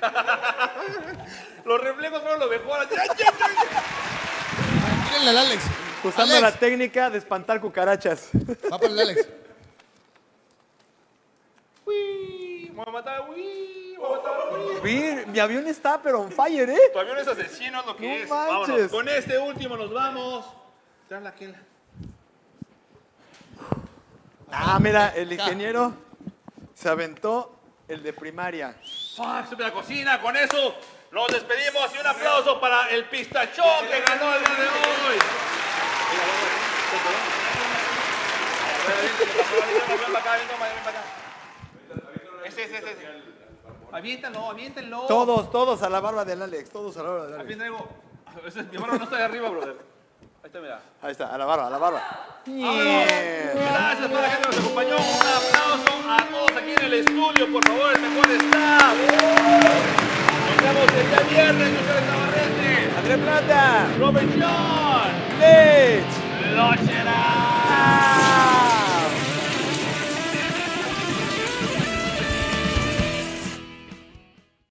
Speaker 1: Los reflejos fueron los mejores.
Speaker 7: Tírenle al Alex.
Speaker 2: Usando la
Speaker 7: Alex,
Speaker 2: técnica de espantar cucarachas.
Speaker 7: Va por el Alex.
Speaker 1: Uy, voy a matar, uy, voy a matar, uy.
Speaker 2: Vi, Mi avión está, pero on fire, ¿eh?
Speaker 1: Tu avión es asesino, es lo que
Speaker 2: No
Speaker 1: es.
Speaker 2: manches.
Speaker 1: Vámonos. Con este último nos vamos. Trae la quela.
Speaker 2: Ah, mira, el ingeniero se aventó el de primaria.
Speaker 1: Fuck, supe la cocina. Con eso nos despedimos y un aplauso para el pistachón que ganó el día de hoy. Ese, ese, ese. ese. Aviéntalo, aviéntalo.
Speaker 2: Todos, todos a la barba del Alex, todos a la barba del Alex.
Speaker 1: Aquí traigo. Ese es- Mi mano no está de arriba, brother. Ahí está, mira.
Speaker 2: Ahí está, a la barba, a la barba.
Speaker 1: Vámonos.
Speaker 2: Yeah.
Speaker 1: Gracias a toda la gente que nos acompañó. Un aplauso a todos aquí en el estudio. Por favor, el mejor staff. Nos vemos el día viernes. Yo soy Tabarrete.
Speaker 2: André Plata,
Speaker 1: Robert John.
Speaker 2: Lich.
Speaker 1: Loche.
Speaker 2: Ah.